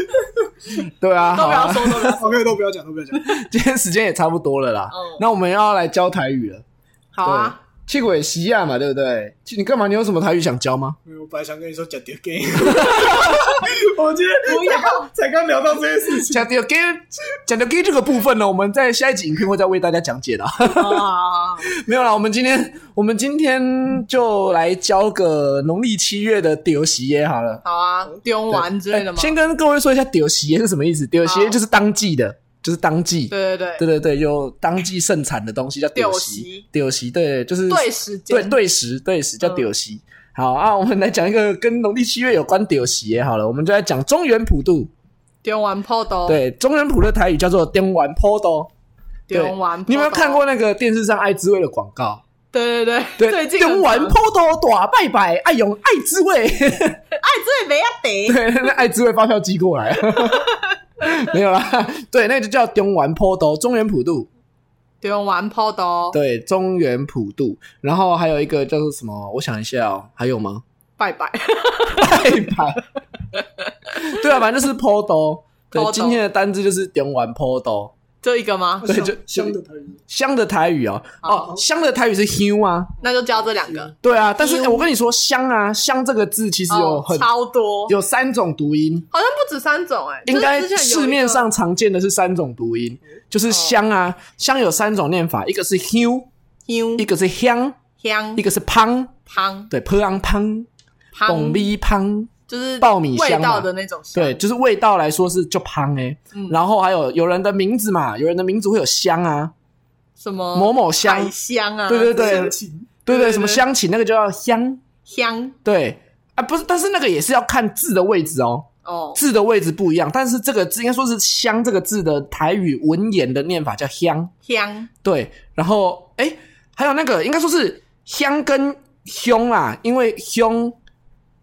Speaker 2: 对 啊，
Speaker 1: 都
Speaker 2: 好
Speaker 1: 不
Speaker 2: 啊
Speaker 1: 要说，都不要说。
Speaker 3: OK，都不要讲，都不要讲。
Speaker 2: 今天时间也差不多了啦，
Speaker 1: 嗯
Speaker 2: 那我们要来教台语了。
Speaker 1: 好啊，
Speaker 2: 气鬼西亚嘛，对不对？气你干嘛？你有什么台语想教吗？
Speaker 3: 没有，我本来想跟你说讲点 game，我今天不要才刚聊到这件事情，
Speaker 2: 讲到给讲到给这个部分呢，我们在下一集影片会再为大家讲解的。
Speaker 1: 好好好好
Speaker 2: 没有啦，我们今天我们今天就来教个农历七月的丢席耶好了。
Speaker 1: 好啊，丢完之类的吗？
Speaker 2: 哎先跟各位说一下丢席耶是什么意思？丢席耶
Speaker 1: 好
Speaker 2: 就是当季的，就是当季。
Speaker 1: 对对
Speaker 2: 对
Speaker 1: 对，
Speaker 2: 对对，有当季盛产的东西叫丢
Speaker 1: 丢
Speaker 2: 席
Speaker 1: 席，
Speaker 2: 丢席对，就是
Speaker 1: 对时
Speaker 2: 对
Speaker 1: 间，
Speaker 2: 对时对时叫
Speaker 1: 嗯
Speaker 2: 丢席。好啊，我们来讲一个跟农历七月有关丢席耶好了，我们就来讲中原普渡。
Speaker 1: 丢完破豆，
Speaker 2: 对，中原普的台语叫做“颠完坡斗对
Speaker 1: 丢完。
Speaker 2: 你有没有看？过那个电视上爱滋味的广告？
Speaker 1: 对对对，
Speaker 2: 对
Speaker 1: 最，近
Speaker 2: 颠完坡斗短拜拜，爱用爱滋
Speaker 1: 哎，
Speaker 2: 味。
Speaker 1: 这没要得，
Speaker 2: 对，那爱滋味发票寄过来。 没有啦，对，那个就叫颠完坡斗，中原普渡，
Speaker 1: 丢完破豆，
Speaker 2: 对，中原普渡，然后还有一个叫做什么？我想一下哦，还有吗？
Speaker 1: 拜拜。
Speaker 2: 拜拜，对啊，反正就是坡斗。对
Speaker 1: 坡，斗
Speaker 2: 今天的单字就是颠完坡斗，
Speaker 1: 就一个吗？
Speaker 2: 对就
Speaker 3: 香的台语，
Speaker 2: 香的台语哦，哦
Speaker 1: 好，
Speaker 2: 香的台语是 hu 啊，
Speaker 1: 那就教这两个。
Speaker 2: 对啊，但是、欸我跟你说，香啊，香这个字其实有
Speaker 1: 哦
Speaker 2: 很、，
Speaker 1: 超多，
Speaker 2: 有三种读音，
Speaker 1: 好像不止三种哎，
Speaker 2: 应该
Speaker 1: 就是之前有一个哦
Speaker 2: 市面上常见的是三种读音，就是香啊，香有三种念法，一个是 hu，
Speaker 1: 香
Speaker 2: 一个是香，
Speaker 1: 香
Speaker 2: 一个是 pang，
Speaker 1: 汤
Speaker 2: 对，pang pang，
Speaker 1: 汤
Speaker 2: 懂咪 pang，
Speaker 1: 就是
Speaker 2: 爆米香
Speaker 1: 味
Speaker 2: 嘛
Speaker 1: 道的那种香，
Speaker 2: 对，就是味道来说是就 pang 哎、
Speaker 1: 嗯
Speaker 2: 然后还有有人的名字嘛，有人的名字会有香啊，
Speaker 1: 什么
Speaker 2: 某某香
Speaker 1: 嗯海香啊，
Speaker 2: 对对对
Speaker 3: 相亲
Speaker 2: 对
Speaker 1: 对对
Speaker 2: 对，什么香气那个就叫香，
Speaker 1: 香
Speaker 2: 对啊，不是，但是那个也是要看字的位置哦。
Speaker 1: 哦，
Speaker 2: 字的位置不一样，但是这个字应该说是“香”这个字的台语文言的念法叫“香
Speaker 1: 香”。
Speaker 2: 对，然后哎，诶还有那个应该说是“香”跟“凶”啦，因为“凶”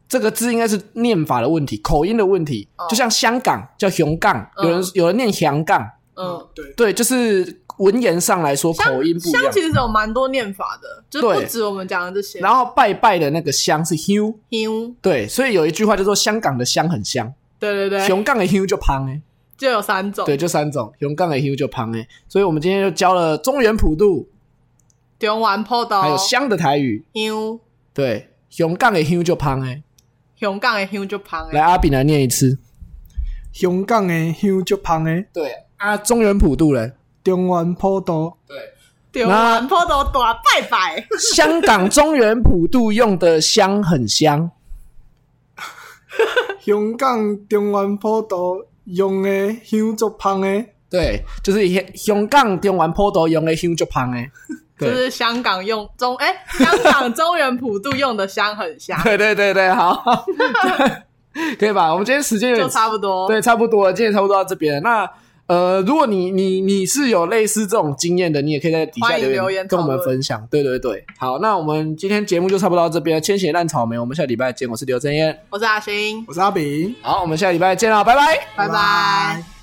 Speaker 2: 这个字应该是念法的问题，口音的问题。
Speaker 1: 哦
Speaker 2: 就像香港叫“熊港”，
Speaker 1: 嗯
Speaker 2: 有人有人念“香港
Speaker 1: 嗯，
Speaker 3: 对”，，
Speaker 2: 对，就是文言上来说口嗯音不一
Speaker 1: 香
Speaker 2: 样
Speaker 1: 其。实有蛮多念法的，就是不
Speaker 2: 对
Speaker 1: 止我们讲的这些。
Speaker 2: 然后拜拜的那个“香”是 “hu”，
Speaker 1: 香，
Speaker 2: 对，所以有一句话叫做“香港的香很香
Speaker 1: 对对”，哦对，
Speaker 2: 熊港的 “hu” 就胖哎、
Speaker 1: 就有三种，
Speaker 2: 对，就三种，熊杠的 Hu 就胖哎，所以我们今天就教了中原普渡，
Speaker 1: 丢完泡豆，
Speaker 2: 还有香的台语，
Speaker 1: 哦香
Speaker 2: 对，熊杠的 Hu 就胖哎，
Speaker 1: 香港的香就胖
Speaker 2: 来
Speaker 1: 哎，
Speaker 2: 阿炳来念一次，
Speaker 3: 香港的香就香的，
Speaker 2: 对啊，中原普渡嘞，
Speaker 3: 中原普渡，
Speaker 2: 对，
Speaker 1: 丢完泡豆哦大拜拜，
Speaker 2: 香港中原普渡用的香很香，
Speaker 3: 香港中原普渡用的香就香的，
Speaker 2: 对，就是熊杠中原普渡用的 Hu 就胖哎，
Speaker 1: 就
Speaker 2: 对，
Speaker 1: 是香港用中哎，香港中原普渡用的香很香，
Speaker 2: 对对对对， 好，可以吧？我们今天时间有
Speaker 1: 就
Speaker 2: 点
Speaker 1: 差不多。
Speaker 2: 对，差不多了，今天差不多到这边了。那呃，如果你你你是有类似这种经验的，你也可以在底下
Speaker 1: 欢迎
Speaker 2: 留
Speaker 1: 留
Speaker 2: 言
Speaker 1: 言
Speaker 2: 跟我们
Speaker 1: 讨论
Speaker 2: 分享。对对对，好，那我们今天节目就差不多到这边了。千禧烂草莓，我们下礼拜见。我是刘真燕，
Speaker 1: 我是阿星，
Speaker 3: 我是阿炳。
Speaker 2: 好，我们下礼拜见了，拜拜。
Speaker 1: 拜
Speaker 3: 拜拜
Speaker 1: 拜。